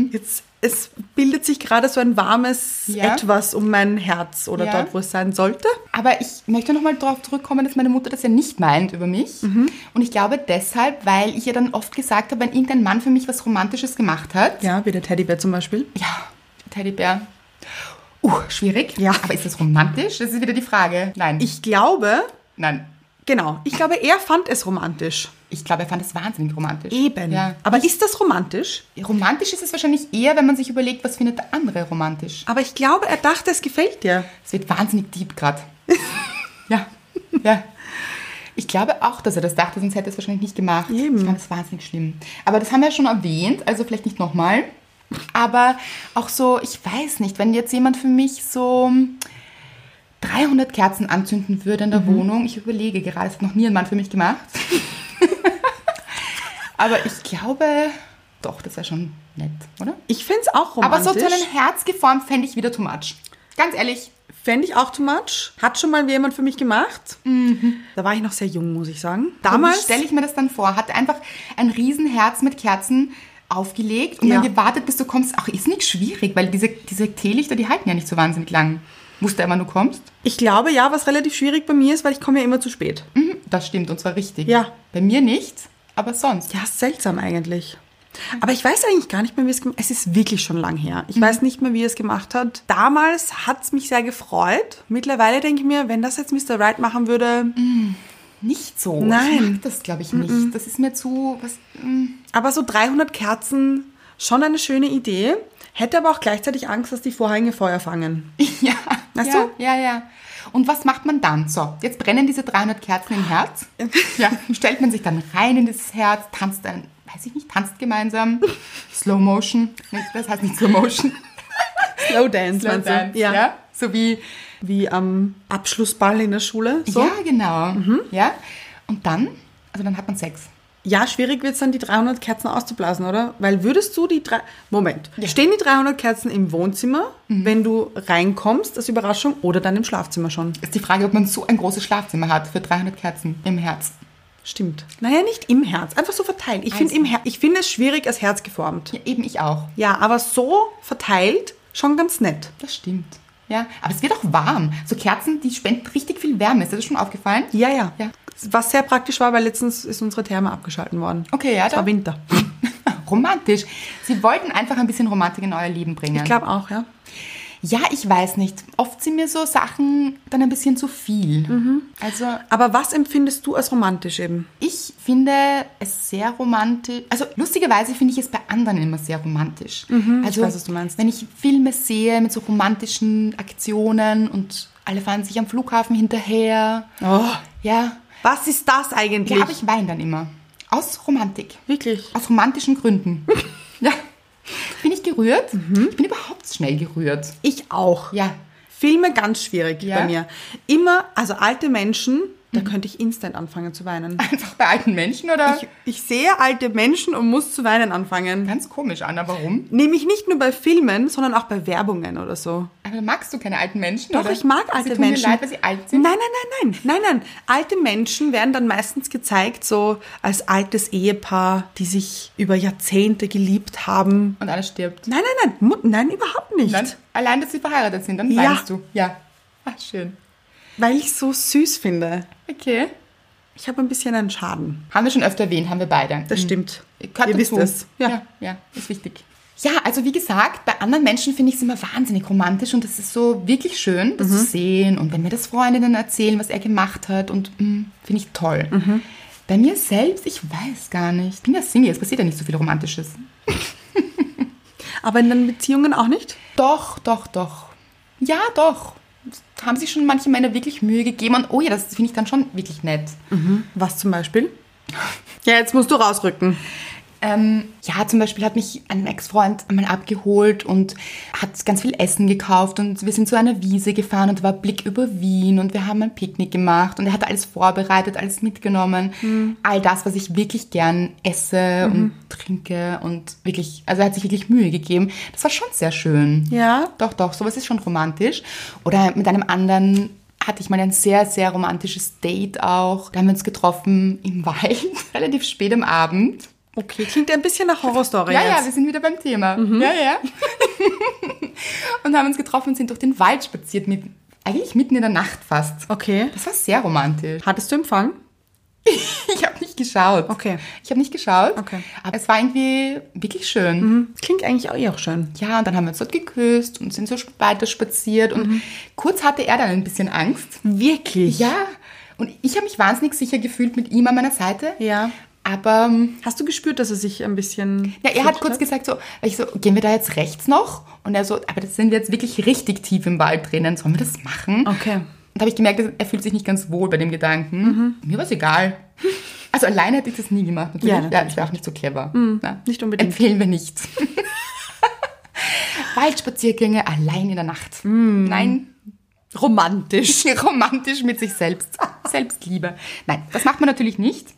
auch. Jetzt, es bildet sich gerade so ein warmes Ja. Etwas um mein Herz oder Ja. dort, wo es sein sollte. Aber ich möchte nochmal darauf zurückkommen, dass meine Mutter das ja nicht meint über mich. Mhm. Und ich glaube deshalb, weil ich ja dann oft gesagt habe, wenn irgendein Mann für mich was Romantisches gemacht hat. Ja, wie der Teddybär zum Beispiel. Ja, Teddybär. Uh, schwierig. Ja. Aber ist das romantisch? Das ist wieder die Frage. Nein. Ich glaube, nein. genau, ich glaube, er fand es romantisch. Ich glaube, er fand es wahnsinnig romantisch. Ja. Aber ist das romantisch? Romantisch ist es wahrscheinlich eher, wenn man sich überlegt, was findet der andere romantisch. Aber ich glaube, er dachte, es gefällt dir. Es wird wahnsinnig deep gerade. ja. Ja. Ich glaube auch, dass er das dachte, sonst hätte er es wahrscheinlich nicht gemacht. Eben. Ich fand es wahnsinnig schlimm. Aber das haben wir ja schon erwähnt, also vielleicht nicht nochmal. Aber auch so, ich weiß nicht, wenn jetzt jemand für mich so 300 Kerzen anzünden würde in der Mhm. Wohnung, ich überlege gerade, das hat noch nie ein Mann für mich gemacht. Aber ich glaube, doch, das wäre schon nett, oder? Ich finde es auch Aber romantisch. so zu einem Herz geformt fände ich wieder too much. Ganz ehrlich, Fände ich auch too much. Hat schon mal jemand für mich gemacht. Da war ich noch sehr jung, muss ich sagen. Damals Damals. stelle Mhm. ich mir das dann vor, hat einfach ein Riesenherz mit Kerzen aufgelegt und Ja. dann gewartet, bis du kommst. Ach, ist nicht schwierig, weil diese, diese Teelichter, die halten ja nicht so wahnsinnig lang. Musst du immer nur kommst. ich glaube ja, was relativ schwierig bei mir ist, weil ich komme ja immer zu spät. Mhm, das stimmt und zwar richtig. Ja. Bei mir nicht, aber sonst. Ja, ist seltsam eigentlich. Mhm. Aber ich weiß eigentlich gar nicht mehr, wie es gemacht Es ist wirklich schon lang her. Ich weiß nicht mehr, wie er es gemacht hat. Damals hat es mich sehr gefreut. Mittlerweile denke ich mir, wenn das jetzt Mr. Right machen würde. Mhm. Nicht so. Ich Nein. mag das glaube ich nicht. Das ist mir zu. Was, mm. Aber so 300 Kerzen, schon eine schöne Idee. Hätte aber auch gleichzeitig Angst, dass die Vorhänge Feuer fangen. ja. Weißt ja, Ja, ja. Und was macht man dann? So, jetzt brennen diese 300 Kerzen im Herz. Ja, stellt man sich dann rein in dieses Herz, tanzt dann, weiß ich nicht, tanzt gemeinsam. Slow Motion. Nee, Das heißt nicht Slow Motion. Slow Dance, Slow meinst du? Dance, ja. So wie, Wie am Abschlussball in der Schule. So. Mhm. ja, genau. Ja. Und dann, also dann hat man Sex. Ja, schwierig wird es dann, die 300 Kerzen auszublasen, oder? Weil würdest du die drei... Moment. Stehen die 300 Kerzen im Wohnzimmer, Mhm. wenn du reinkommst, als Überraschung, oder dann im Schlafzimmer schon? Ist die Frage, ob man so ein großes Schlafzimmer hat für 300 Kerzen im Herz. Stimmt. Naja, nicht im Herz. Einfach so verteilt. Ich finde Also. im Her- ich finde es schwierig als Herz geformt. Ja, eben ich auch. Ja, aber so verteilt schon ganz nett. Das stimmt. Ja, aber es wird auch warm. So Kerzen, die spenden richtig viel Wärme. Ist dir das schon aufgefallen? Ja, ja. Ja. Was sehr praktisch war, weil letztens ist unsere Therme abgeschalten worden. Okay, ja, Es war da. Winter. Romantisch. Sie wollten einfach ein bisschen Romantik in euer Leben bringen. Ich glaube auch, ja. Ja, ich weiß nicht. Oft sind mir so Sachen dann ein bisschen zu viel. Mhm. Also Aber was empfindest du als romantisch eben? Ich finde es sehr romantisch. Also lustigerweise finde ich es bei anderen immer sehr romantisch. also Mhm. weiß, was du meinst. wenn ich Filme sehe mit so romantischen Aktionen und alle fahren sich am Flughafen hinterher. Oh. Ja, Was ist das eigentlich? ja aber ich weine dann immer. Aus Romantik. Wirklich? Aus romantischen Gründen. ja. Bin ich gerührt? Mhm. Ich bin überhaupt schnell gerührt. Ich auch. Ja. Filme ganz schwierig Ja. bei mir. Immer, also alte Menschen, da könnte ich instant anfangen zu weinen. Einfach bei alten Menschen oder? Ich, ich sehe alte Menschen und muss zu weinen anfangen. Ganz komisch, Anna, warum? Nämlich nicht nur bei Filmen, sondern auch bei Werbungen oder so. Aber magst du keine alten Menschen? Doch, oder? ich mag alte sie tun Menschen. Mir leid, weil sie alt sind. Nein, nein, nein, nein, nein, nein. Alte Menschen werden dann meistens gezeigt, so als altes Ehepaar, die sich über Jahrzehnte geliebt haben. Und einer stirbt. Nein, nein, nein, Mu- nein, überhaupt nicht. Dann, allein, dass sie verheiratet sind, dann Ja. weinst du. Ja. Ach, schön. Weil ich so süß finde. Okay. Ich habe ein bisschen einen Schaden. Haben wir schon öfter erwähnt, haben wir beide. Das stimmt. Gehört Ihr wisst dazu. es. Ja. ja, ist wichtig. Ja, also wie gesagt, bei anderen Menschen finde ich es immer wahnsinnig romantisch und das ist so wirklich schön, das zu Mhm. sehen. Und wenn mir das Freundinnen erzählen, was er gemacht hat und mm, finde ich toll. Mhm. Bei mir selbst, ich weiß gar nicht. Ich bin ja Single, es passiert ja nicht so viel Romantisches. Aber in den Beziehungen auch nicht? Doch, doch, doch. Ja, doch. Haben sich schon manche Männer wirklich Mühe gegeben und oh ja, das finde ich dann schon wirklich nett. Was zum Beispiel? Ja, jetzt musst du rausrücken. Ähm, ja, zum Beispiel hat mich ein Ex-Freund einmal abgeholt und hat ganz viel Essen gekauft und wir sind zu einer Wiese gefahren und war Blick über Wien und wir haben ein Picknick gemacht und er hat alles vorbereitet, alles mitgenommen. All das, was ich wirklich gern esse und trinke und wirklich, also er hat sich wirklich Mühe gegeben. Das war schon sehr schön. Ja. Doch, doch, sowas ist schon romantisch. Oder mit einem anderen hatte ich mal ein sehr, sehr romantisches Date auch. Da haben wir uns getroffen im Wald, relativ spät am Abend. Okay, klingt ein bisschen nach Horrorstory Ja, ja, jetzt. wir sind wieder beim Thema. Mhm. Ja, ja. und haben uns getroffen und sind durch den Wald spaziert, mit, eigentlich mitten in der Nacht fast. okay. Das war sehr romantisch. Hattest du Empfang? ich habe nicht geschaut. Okay. Ich habe nicht geschaut. Okay. Aber es war irgendwie wirklich schön. Klingt eigentlich auch eh auch schön. Ja, und dann haben wir uns dort geküsst und sind so sp- weiter spaziert. Und Mhm. kurz hatte er dann ein bisschen Angst. Wirklich? Ja. Ja. Und ich habe mich wahnsinnig sicher gefühlt mit ihm an meiner Seite. Ja. Aber ähm, Hast du gespürt, dass er sich ein bisschen. ja, er hat kurz gesagt, so, ich so, gehen wir da jetzt rechts noch? Und er so, aber das sind wir jetzt wirklich richtig tief im Wald drinnen, sollen wir das machen? Okay. Mhm. Und da habe ich gemerkt, dass er fühlt sich nicht ganz wohl bei dem Gedanken. Mir war es egal. Also alleine hätte ich das nie gemacht. Natürlich. Ja, Ja, natürlich Mhm. ich war auch nicht so clever. Na, nicht unbedingt. Empfehlen wir nicht. Waldspaziergänge allein in der Nacht. Mhm. Nein, Romantisch. romantisch mit sich selbst. Selbstliebe. Nein, das macht man natürlich nicht.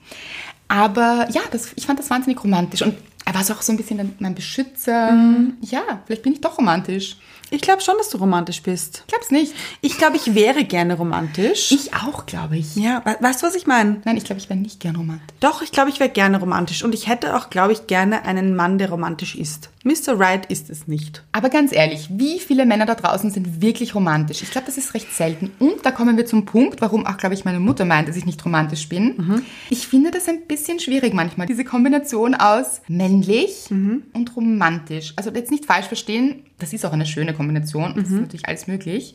Aber ja, das, ich fand das wahnsinnig romantisch. Und er war so auch so ein bisschen mein Beschützer. Ja, vielleicht bin ich doch romantisch. Ich glaube schon, dass du romantisch bist. Ich glaub's nicht. Ich glaube, ich wäre gerne romantisch. Ich auch, glaube ich. ja, we weißt du, was ich meine? Nein, ich glaube, ich wäre nicht gern romantisch. Doch, ich glaube, ich wäre gerne romantisch. Und ich hätte auch, glaube ich, gerne einen Mann, der romantisch ist. Mr. Right ist es nicht. Aber ganz ehrlich, wie viele Männer da draußen sind wirklich romantisch? Ich glaube, das ist recht selten. Und da kommen wir zum Punkt, warum auch, glaube ich, meine Mutter meint, dass ich nicht romantisch bin. Ich finde das ein bisschen schwierig manchmal, diese Kombination aus männlich und romantisch. Also jetzt nicht falsch verstehen, das ist auch eine schöne Kombination, das ist natürlich alles möglich.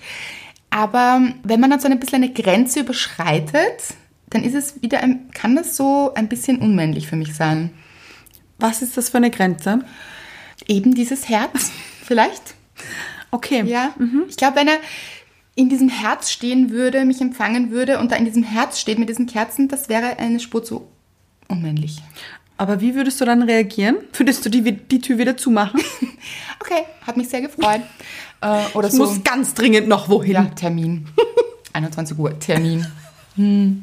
Aber wenn man dann so ein bisschen eine Grenze überschreitet, dann ist es wieder, ein, kann das so ein bisschen unmännlich für mich sein. Was ist das für eine Grenze? Eben dieses Herz, vielleicht? Okay. Ja. Ich glaube, wenn er in diesem Herz stehen würde, mich empfangen würde und da in diesem Herz steht mit diesen Kerzen, das wäre eine Spur zu unmännlich. Aber wie würdest du dann reagieren? Würdest du die, wi- die Tür wieder zumachen? Okay, hat mich sehr gefreut. äh, oder Ich so. muss ganz dringend noch wohin. ja, Termin. 21 Uhr, Termin. Hm.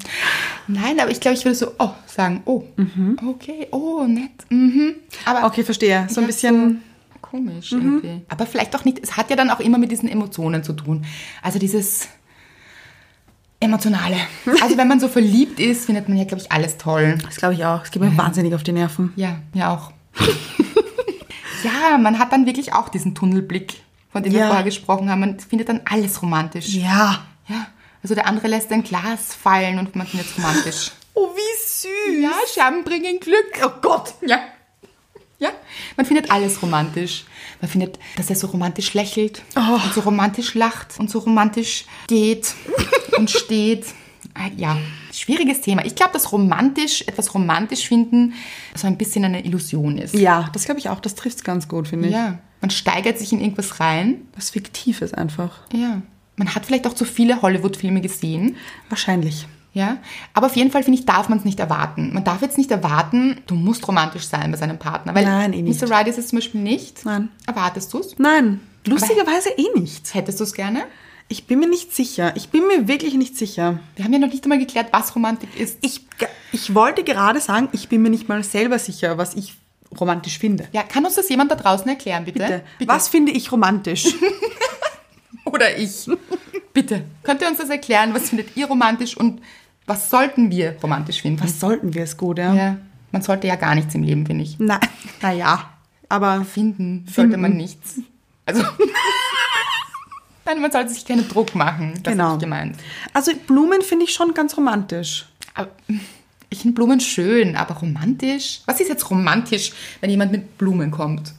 Nein, aber ich glaube, ich würde so oh sagen, oh, okay, oh, nett. Mhm. Aber Okay, verstehe. So ein Ja, bisschen. so komisch irgendwie. Mhm. Aber vielleicht auch nicht. Es hat ja dann auch immer mit diesen Emotionen zu tun. Also dieses Emotionale. Also wenn man so verliebt ist, findet man ja, glaube ich, alles toll. Das glaube ich auch. Es geht mir wahnsinnig auf die Nerven. Ja, mir auch. ja, man hat dann wirklich auch diesen Tunnelblick, von dem wir Ja. vorher gesprochen haben. Man findet dann alles romantisch. Ja. Ja. Also der andere lässt ein Glas fallen und man findet es romantisch. Oh, wie süß. ja, Scherben bringen Glück. Oh Gott. Ja. Ja, man findet alles romantisch. Man findet, dass er so romantisch lächelt Oh. und so romantisch lacht und so romantisch geht und steht. Ah, Ja, schwieriges Thema. Ich glaube, dass romantisch, etwas romantisch finden, so ein bisschen eine Illusion ist. Ja, das glaube ich auch. Das trifft es ganz gut, finde ich. Ja, man steigert sich in irgendwas rein. Was Fiktives einfach. Ja. Man hat vielleicht auch zu viele Hollywood-Filme gesehen. Wahrscheinlich. Ja, aber auf jeden Fall finde ich, darf man es nicht erwarten. Man darf jetzt nicht erwarten, du musst romantisch sein bei seinem Partner. Weil Nein, eh nicht. Mr. Right ist es zum Beispiel nicht. Nein. Erwartest du es? Nein. Lustigerweise eh nicht. Hättest du es gerne? Ich bin mir nicht sicher. Ich bin mir wirklich nicht sicher. Wir haben ja noch nicht einmal geklärt, was Romantik ist. Ich, ich wollte gerade sagen, ich bin mir nicht mal selber sicher, was ich romantisch finde. ja, kann uns das jemand da draußen erklären, bitte? Bitte. Was finde ich romantisch? Oder ich. bitte. Könnt ihr uns das erklären? Was findet ihr romantisch und was sollten wir romantisch finden? Was sollten wir es gut, ja? Ja, man sollte ja gar nichts im Leben, finde ich. Na, naja, aber Finden sollte man nichts. Also. Nein, man sollte sich keinen Druck machen. Das genau. habe ich gemeint. Also Blumen finde ich schon ganz romantisch. Aber ich finde Blumen schön, aber romantisch? Was ist jetzt romantisch, wenn jemand mit Blumen kommt?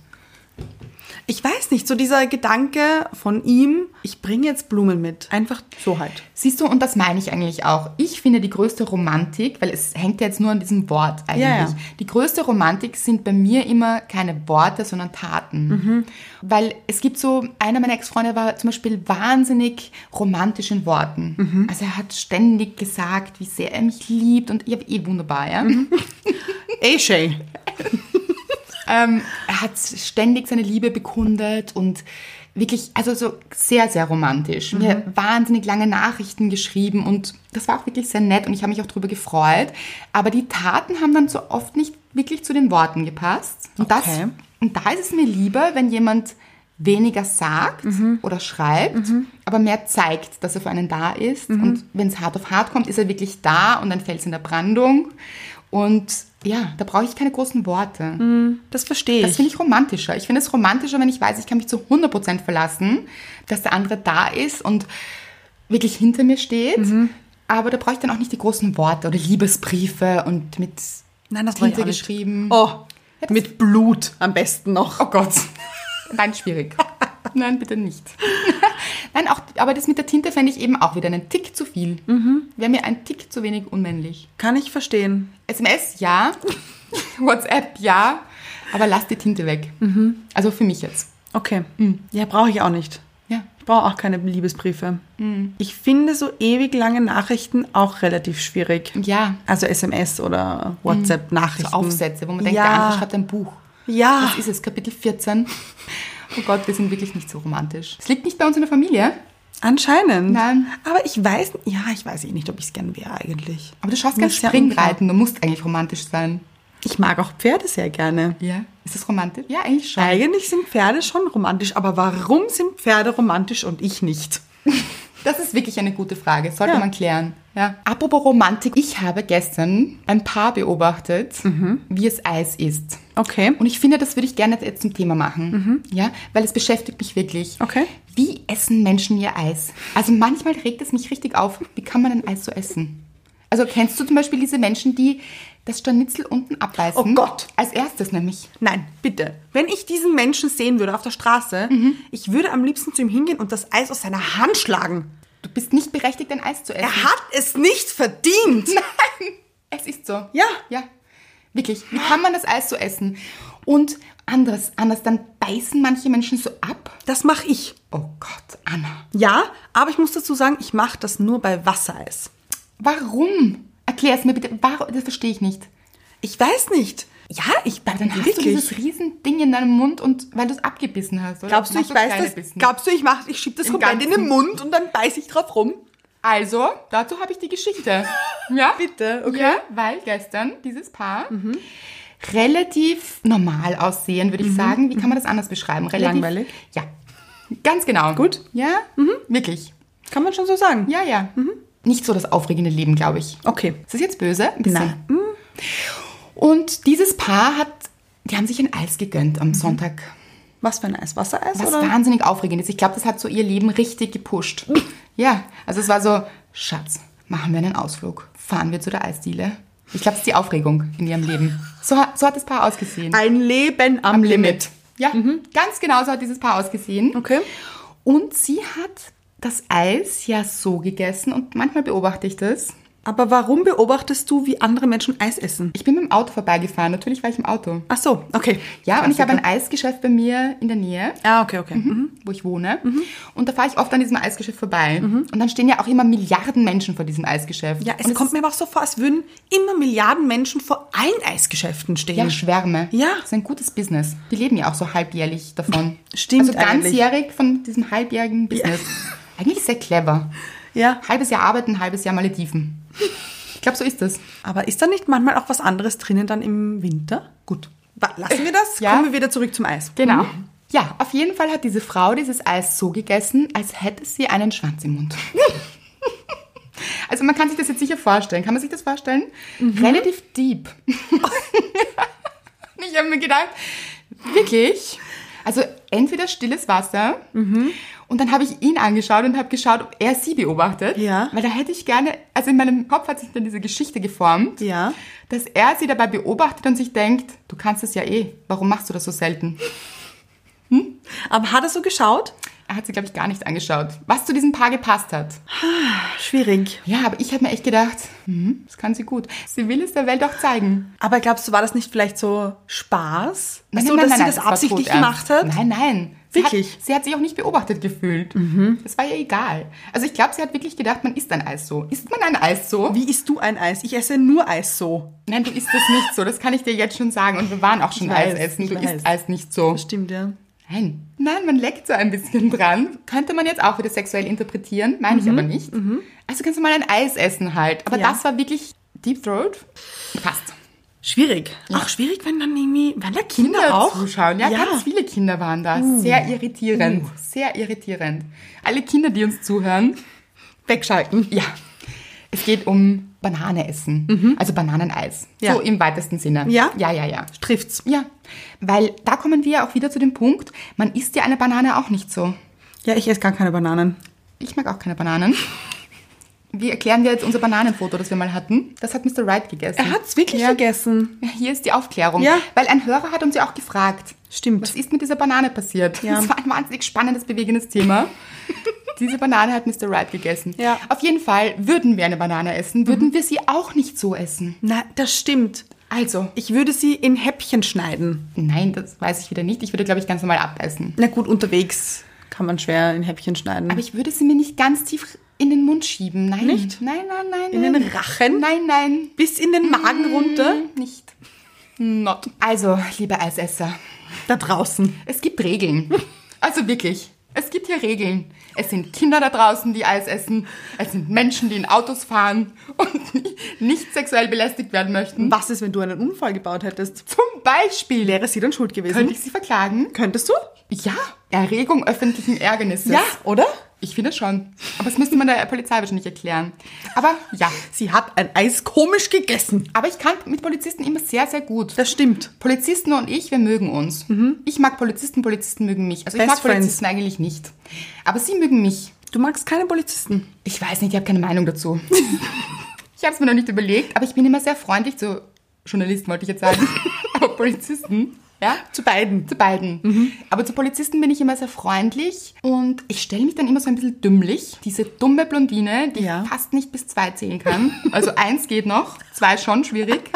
Ich weiß nicht, so dieser Gedanke von ihm, ich bringe jetzt Blumen mit. Einfach so halt. Siehst du, und das meine ich eigentlich auch. Ich finde die größte Romantik, weil es hängt ja jetzt nur an diesem Wort eigentlich. Ja, ja. Die größte Romantik sind bei mir immer keine Worte, sondern Taten. Mhm. Weil es gibt so, einer meiner Ex-Freunde war zum Beispiel wahnsinnig romantisch in Worten. Mhm. Also er hat ständig gesagt, wie sehr er mich liebt und ich habe eh wunderbar, Mhm. ja. Ey, Shay. Ähm, er hat ständig seine Liebe bekundet und wirklich, also so sehr, sehr romantisch. Mir wahnsinnig lange Nachrichten geschrieben und das war auch wirklich sehr nett und ich habe mich auch darüber gefreut. Aber die Taten haben dann so oft nicht wirklich zu den Worten gepasst. Und, Okay. das, und da ist es mir lieber, wenn jemand weniger sagt oder schreibt, aber mehr zeigt, dass er für einen da ist. Und wenn es hart auf hart kommt, ist er wirklich da und dann fällt es in der Brandung. Und ja, da brauche ich keine großen Worte. Das verstehe Das ich. finde ich romantischer. Ich finde es romantischer, wenn ich weiß, ich kann mich zu 100% verlassen, dass der andere da ist und wirklich hinter mir steht, Aber da brauche ich dann auch nicht die großen Worte oder Liebesbriefe und mit Nein, das war ich Tinte auch nicht. geschrieben. Oh, mit Blut am besten noch. Oh Gott. Nein, schwierig. Nein, bitte nicht. Nein, auch, aber das mit der Tinte fände ich eben auch wieder einen Tick zu viel. Wäre mir ein Tick zu wenig unmännlich. Kann ich verstehen. SMS ja, WhatsApp ja, aber lass die Tinte weg. Also für mich jetzt. Okay. Hm. Ja, brauche ich auch nicht. Ja. Ich brauche auch keine Liebesbriefe. Hm. Ich finde so ewig lange Nachrichten auch relativ schwierig. Ja. Also SMS oder Hm. WhatsApp-Nachrichten. So Aufsätze, wo man denkt, ja. der andere schreibt ein Buch. Ja. Also Das ist es, Kapitel 14. Oh Gott, wir sind wirklich nicht so romantisch. Es liegt nicht bei uns in der Familie, Anscheinend. Nein. Aber ich weiß, ja, ich weiß eh nicht, ob ich es gern wäre eigentlich. aber du schaffst Mir kein ist ja Springreiten, du musst eigentlich romantisch sein. Ich mag auch Pferde sehr gerne. Ja. Ist das romantisch? Ja, eigentlich schon. Eigentlich sind Pferde schon romantisch, aber warum sind Pferde romantisch und ich nicht? Das ist wirklich eine gute Frage. Sollte Ja. man klären. Ja. Apropos Romantik. Ich habe gestern ein Paar beobachtet, wie es Eis ist. Okay. Und ich finde, das würde ich gerne jetzt zum Thema machen. Ja, weil es beschäftigt mich wirklich. Mhm. Okay. Wie essen Menschen ihr Eis? Also manchmal regt es mich richtig auf. Wie kann man ein Eis so essen? Also kennst du zum Beispiel diese Menschen, die das Scharnitzel unten abbeißen? Oh Gott. Als erstes nämlich. Nein, bitte. Wenn ich diesen Menschen sehen würde auf der Straße, Mhm. ich würde am liebsten zu ihm hingehen und das Eis aus seiner Hand schlagen. Du bist nicht berechtigt, ein Eis zu essen. Er hat es nicht verdient. Es ist so. Ja. Ja. Wirklich. Wie kann man das Eis so essen? Und anderes, anders, dann beißen manche Menschen so ab. Das mache ich. Oh Gott, Anna. Ja, aber ich muss dazu sagen, ich mache das nur bei Wassereis. Warum? Erklär es mir bitte. Warum? Das verstehe ich nicht. Ich weiß nicht. Ja, ich bin Aber Ah, dann hast wirklich. du dieses Riesending in deinem Mund und weil du es abgebissen hast, oder? Glaubst du, Machst ich weiß kleine das? Bissen? Glaubst du, ich mach, ich schieb das Im komplett in den Ganzen. Mund und dann beiß ich drauf rum? Also, dazu habe ich die Geschichte. Ja? Bitte, okay. Mhm. Ja, weil gestern dieses Paar relativ normal aussehen, würde ich sagen. Wie kann man das anders beschreiben? Relativ, Mhm. Langweilig? Ja. Ganz genau. Gut. Mhm. Ja? Wirklich. Kann man schon so sagen? Ja, ja. Mhm. Nicht so das aufregende Leben, glaube ich. Okay. Ist das jetzt böse? Ein Na. bisschen. Und dieses Paar hat, die haben sich ein Eis gegönnt am Mhm. Sonntag. Was für ein Eis? Wassereis Was oder? wahnsinnig aufregend ist. Ich glaube, das hat so ihr Leben richtig gepusht. ja, also es war so, Schatz, machen wir einen Ausflug. Fahren wir zu der Eisdiele. Ich glaube, es ist die Aufregung in ihrem Leben. So, ha- so hat das Paar ausgesehen. Ein Leben am, Limit. Mhm. Ja, ganz genau so hat dieses Paar ausgesehen. Okay. Und sie hat das Eis ja so gegessen und manchmal beobachte ich das. Aber warum beobachtest du, wie andere Menschen Eis essen? Ich bin mit dem Auto vorbeigefahren, natürlich war ich im Auto. Ach so, okay. Ja, und ich habe ein Ah, Klassiker. Eisgeschäft bei mir in der Nähe. Ah, okay, okay. Mhm. Mhm. wo ich wohne. Und da fahre ich oft an diesem Eisgeschäft vorbei. Und dann stehen ja auch immer Milliarden Menschen vor diesem Eisgeschäft. Ja, es und kommt mir aber auch so vor, als würden immer Milliarden Menschen vor allen Eisgeschäften stehen. ja, Schwärme. Ja. Das ist ein gutes Business. Die leben ja auch so halbjährlich davon. Stimmt Also eigentlich. ganzjährig von diesem halbjährigen Business. Eigentlich sehr clever. ja. Halbes Jahr arbeiten, halbes Jahr Malediven. Ich glaube, so ist das. Aber ist da nicht manchmal auch was anderes drinnen dann im Winter? Gut. Wa- Lassen wir das, Ja. kommen wir wieder zurück zum Eis. Mhm. Genau. Ja, auf jeden Fall hat diese Frau dieses Eis so gegessen, als hätte sie einen Schwanz im Mund. also man kann sich das jetzt sicher vorstellen. Kann man sich das vorstellen? Mhm. Relativ deep. Und ich habe mir gedacht, wirklich? Also entweder stilles Wasser Mhm. und dann habe ich ihn angeschaut und habe geschaut, ob er sie beobachtet. Ja. Weil da hätte ich gerne, also in meinem Kopf hat sich dann diese Geschichte geformt, Ja. dass er sie dabei beobachtet und sich denkt, du kannst es ja eh, warum machst du das so selten? Aber hat er so geschaut? Er hat sie, glaube ich, gar nicht angeschaut, was zu diesem Paar gepasst hat. Schwierig. Ja, aber ich habe mir echt gedacht, hm, das kann sie gut. Sie will es der Welt auch zeigen. Aber glaubst du, war das nicht vielleicht so Spaß? Nein, so, nein, dass nein, nein, sie das war absichtlich todernst. gemacht hat? Nein, nein. Sie Wirklich? Mhm. hat, sie hat sich auch nicht beobachtet gefühlt. Es war ihr egal. Also ich glaube, sie hat wirklich gedacht, man isst ein Eis so. Isst man ein Eis so? Wie isst du ein Eis? Ich esse nur Eis so. Nein, du isst es nicht so. Das kann ich dir jetzt schon sagen. Und wir waren auch schon Ich weiß, Eis essen. ich Du weiß. isst Eis nicht so. Stimmt, ja. Nein. Nein, man leckt so ein bisschen dran. Könnte man jetzt auch wieder sexuell interpretieren, meine ich aber nicht. Also kannst du mal ein Eis essen halt. Aber Mhm, Ja. das war wirklich Deep Throat. Passt. Schwierig. Auch schwierig, wenn dann irgendwie, wenn da Kinder, auch Uh. zuschauen. Ja, ganz viele Kinder waren da. Sehr irritierend. Sehr irritierend. Alle Kinder, die uns zuhören, wegschalten. ja. Es geht um Banane essen. Also Bananeneis. Mhm. Ja. So im weitesten Sinne. Ja? Ja, ja, ja. Trifft's. Ja, weil da kommen wir auch wieder zu dem Punkt, man isst ja eine Banane auch nicht so. Ja, ich esse gar keine Bananen. Ich mag auch keine Bananen. Wie erklären wir jetzt unser Bananenfoto, das wir mal hatten? Das hat Mr. Wright gegessen. Er hat's wirklich Ja. vergessen. Hier ist die Aufklärung. Ja. Weil ein Hörer hat uns ja auch gefragt. Stimmt. Was ist mit dieser Banane passiert? Ja. Das war ein wahnsinnig spannendes, bewegendes Thema. Diese Banane hat Mr. Wright gegessen. Ja. Mhm. Auf jeden Fall würden wir eine Banane essen, würden wir sie auch nicht so essen. Na, das stimmt. Also, Ich würde sie in Häppchen schneiden. nein, das weiß ich wieder nicht. Ich würde, glaube ich, ganz normal abessen. Na gut, unterwegs kann man schwer in Häppchen schneiden. Aber ich würde sie mir nicht ganz tief in den Mund schieben. Nein. Nicht? Nein, nein, nein. In nein. den Rachen? Nein, nein. Bis in den Magen Mm. runter? Nicht. Not. Also, liebe Eisesser, Da draußen. es gibt Regeln. Also wirklich. Es gibt hier Regeln. Es sind Kinder da draußen, die Eis essen. Es sind Menschen, die in Autos fahren und nicht sexuell belästigt werden möchten. Was ist, wenn du einen Unfall gebaut hättest? Zum Beispiel Wäre sie dann schuld gewesen? könnte ich sie verklagen. Könntest du? Ja, Erregung öffentlichen Ärgernisses. oder? Ich finde schon. Aber das müsste man der Polizei wahrscheinlich erklären. Aber ja. Sie hat ein Eis komisch gegessen. Aber ich kann mit Polizisten immer sehr, sehr gut. Das stimmt. Polizisten und ich, wir mögen uns. Ich mag Polizisten, Polizisten mögen mich. Also ich Best mag Polizisten eigentlich nicht. Aber sie mögen mich. Du magst keine Polizisten. Ich weiß nicht, ich habe keine Meinung dazu. ich habe es mir noch nicht überlegt, aber ich bin immer sehr freundlich zu Journalisten, wollte ich jetzt sagen. aber Polizisten, ja? Zu beiden. Zu beiden. Mhm. Aber zu Polizisten bin ich immer sehr freundlich und ich stelle mich dann immer so ein bisschen dümmlich. Diese dumme Blondine, die Ja. fast nicht bis zwei zählen kann. Also eins geht noch, zwei schon schwierig.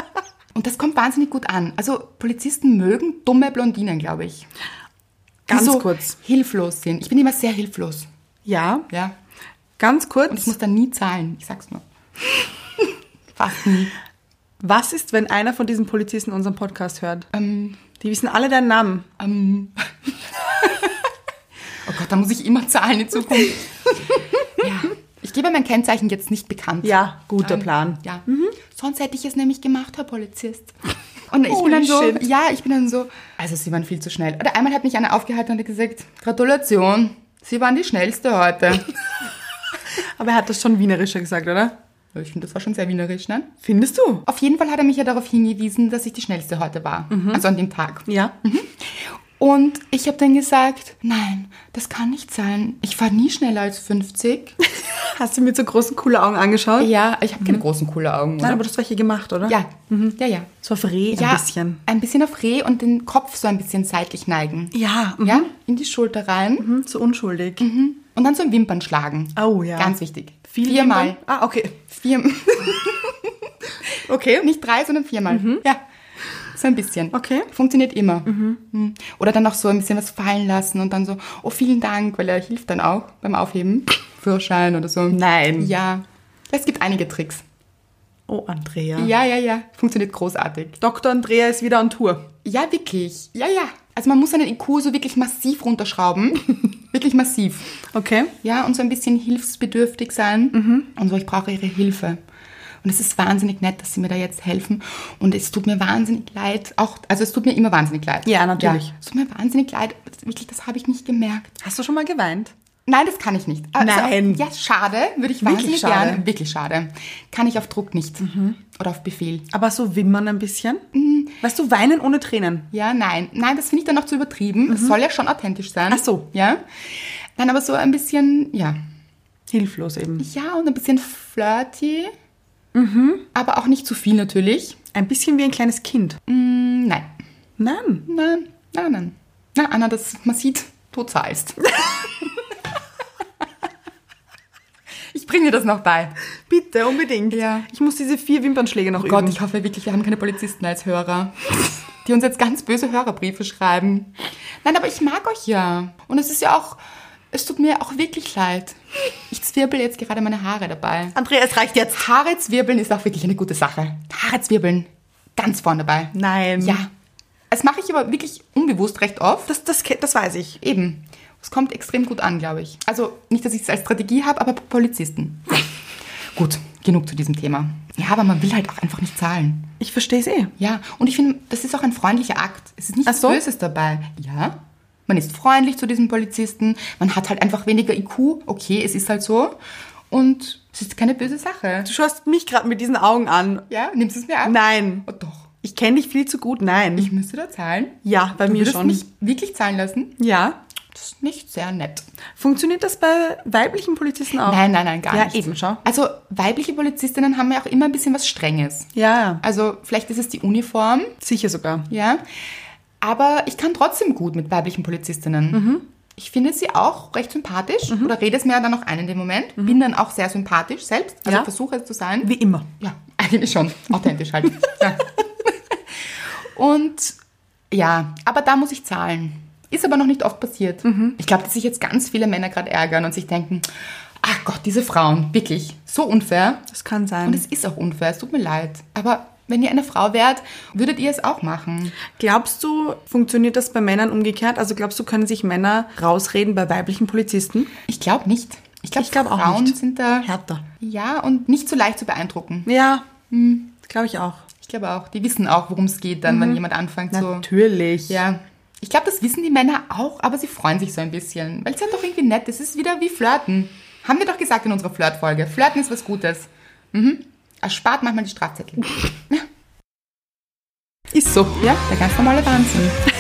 Und das kommt wahnsinnig gut an. Also Polizisten mögen dumme Blondinen, glaube ich. Die Ganz so kurz. Hilflos sind. Ich bin immer sehr hilflos. Ja, Ja. ganz Und ich kurz. muss dann nie zahlen. Ich sag's nur. fast nie. Was ist, wenn einer von diesen Polizisten unseren Podcast hört? Ähm, Die wissen alle deinen Namen. Ähm. Oh Gott, da muss ich immer zahlen in Zukunft. ja. Ich gebe mein Kennzeichen jetzt nicht bekannt. Ja, guter Ähm, Plan. Mhm. Ja. Sonst hätte ich es nämlich gemacht, Herr Polizist. Und ich Holy bin dann so, Oh, shit. ja, ich bin dann so, also Sie waren viel zu schnell. Oder einmal hat mich einer aufgehalten und hat gesagt, Gratulation, Sie waren die Schnellste heute. Aber er hat das schon wienerischer gesagt, oder? ich finde, das war schon sehr wienerisch, ne? Findest du? Auf jeden Fall hat er mich ja darauf hingewiesen, dass ich die Schnellste heute war. Mhm. Also an dem Tag. Ja. Und ich habe dann gesagt, nein, das kann nicht sein. Ich fahre nie schneller als 50. Hast du mir so großen, coole Augen angeschaut? Ja, ich habe keine großen, coole Augen. Mhm. Nein, Oder? aber du hast welche gemacht, oder? ja. ja, ja, So auf Reh ja. ein bisschen. Ein bisschen auf Reh und den Kopf so ein bisschen seitlich neigen. Ja. Mhm. Ja, in die Schulter rein. Mhm, So unschuldig. Und dann so ein Wimpern schlagen. Oh, ja. Ganz wichtig. Viel viermal. lieber- Ah, okay. Vier, Okay. nicht drei, sondern viermal. Ja. So ein bisschen. Mhm. Okay. Funktioniert immer. Mhm. Oder dann auch so ein bisschen was fallen lassen und dann so, oh, vielen Dank, weil er hilft dann auch beim Aufheben. Führerschein oder so. Nein. Ja. Es gibt einige Tricks. Oh, Andrea. Ja, ja, ja. Funktioniert großartig. Dr. Andrea ist wieder on Tour. Ja, wirklich. Ja, ja. Also man muss seinen IQ so wirklich massiv runterschrauben. wirklich massiv. Okay. Ja, und so ein bisschen hilfsbedürftig sein. Mhm. Und so, ich brauche ihre Hilfe. Und es ist wahnsinnig nett, dass sie mir da jetzt helfen. Und es tut mir wahnsinnig leid. Auch, also es tut mir immer wahnsinnig leid. Ja, natürlich. es tut mir wahnsinnig leid. Wirklich, das habe ich nicht gemerkt. Hast du schon mal geweint? Nein, das kann ich nicht. Also, Nein. Ja, schade. Würde ich Wirklich wahnsinnig schade. Mhm. gerne. Wirklich schade. Kann ich auf Druck nicht. Oder auf Befehl. Aber so wimmern ein bisschen? Mhm. Weißt du, weinen ohne Tränen. Ja, nein. Nein, das finde ich dann noch zu übertrieben. Es soll ja schon authentisch sein. Mhm. Ach so. Ja. Nein, aber so ein bisschen, ja. Hilflos eben. Ja, und ein bisschen flirty. Aber auch nicht zu viel natürlich. Ein bisschen wie ein kleines Kind. Mm, Nein. Nein. Nein, nein, nein. Na, Anna, das, man sieht, du zahlst. ich bringe dir das noch bei. Bitte, unbedingt. Ja. Oh Ich muss diese vier Wimpernschläge noch üben. Gott, ich hoffe wirklich, wir haben keine Polizisten als Hörer, die uns jetzt ganz böse Hörerbriefe schreiben. Nein, aber ich mag euch ja. Und es ist ja auch, es tut mir auch wirklich leid. Ich zwirbel jetzt gerade meine Haare dabei. Andrea, es reicht jetzt. Haare zwirbeln ist auch wirklich eine gute Sache. Haare zwirbeln, ganz vorne dabei. Nein. Ja. Das mache ich aber wirklich unbewusst recht oft. Das, das, ke- das weiß ich. Eben. Es kommt extrem gut an, glaube ich. Also nicht, dass ich es als Strategie habe, aber Polizisten. gut, genug zu diesem Thema. Ja, aber man will halt auch einfach nicht zahlen. Ich verstehe es eh. Ja, und ich finde, das ist auch ein freundlicher Akt. Es ist Ach nichts so? Böses dabei. Ja, man ist freundlich zu diesem Polizisten, man hat halt einfach weniger IQ. Okay, es ist halt so. Und es ist keine böse Sache. Du schaust mich gerade mit diesen Augen an. Ja, nimmst du es mir ab? Nein. Oh, doch. Ich kenne dich viel zu gut. Nein. Ich müsste da zahlen. ja, bei Du mir würdest schon. mich wirklich zahlen lassen? ja. Das ist nicht sehr nett. Funktioniert das bei weiblichen Polizisten auch? Nein, nein, nein, gar Ja, nicht. eben, schau. Also weibliche Polizistinnen haben ja auch immer ein bisschen was Strenges. Ja, ja. Also vielleicht ist es die Uniform, Sicher sogar. ja. Aber ich kann trotzdem gut mit weiblichen Polizistinnen. Mhm. Ich finde sie auch recht sympathisch oder rede es mir dann auch ein in dem Moment. Bin dann auch sehr sympathisch selbst, also Mhm. Ja. versuche es zu sein. Wie immer. Ja, eigentlich schon. Authentisch halt. ja. Und ja, aber da muss ich zahlen. Ist aber noch nicht oft passiert. Mhm. Ich glaube, dass sich jetzt ganz viele Männer gerade ärgern und sich denken, ach Gott, diese Frauen, wirklich, so unfair. Das kann sein. Und es ist auch unfair, es tut mir leid. Aber wenn ihr eine Frau wärt, würdet ihr es auch machen. Glaubst du, funktioniert das bei Männern umgekehrt? Also glaubst du, können sich Männer rausreden bei weiblichen Polizisten? Ich glaube nicht. Ich glaube, Ich glaub auch Frauen nicht. sind da Härter. ja und nicht so leicht zu beeindrucken. Ja, Hm. glaube ich auch. Ich glaube auch, die wissen auch, worum es geht, dann, wenn jemand anfängt so. Mhm. Natürlich. Ja. Ich glaube, das wissen die Männer auch, aber sie freuen sich so ein bisschen. Weil es ist ja doch irgendwie nett. Es ist wieder wie Flirten. Haben wir doch gesagt in unserer Flirtfolge. Flirten ist was Gutes. Mhm. Erspart manchmal die Strafzettel. Ist so. Ja, der ganz normale Wahnsinn.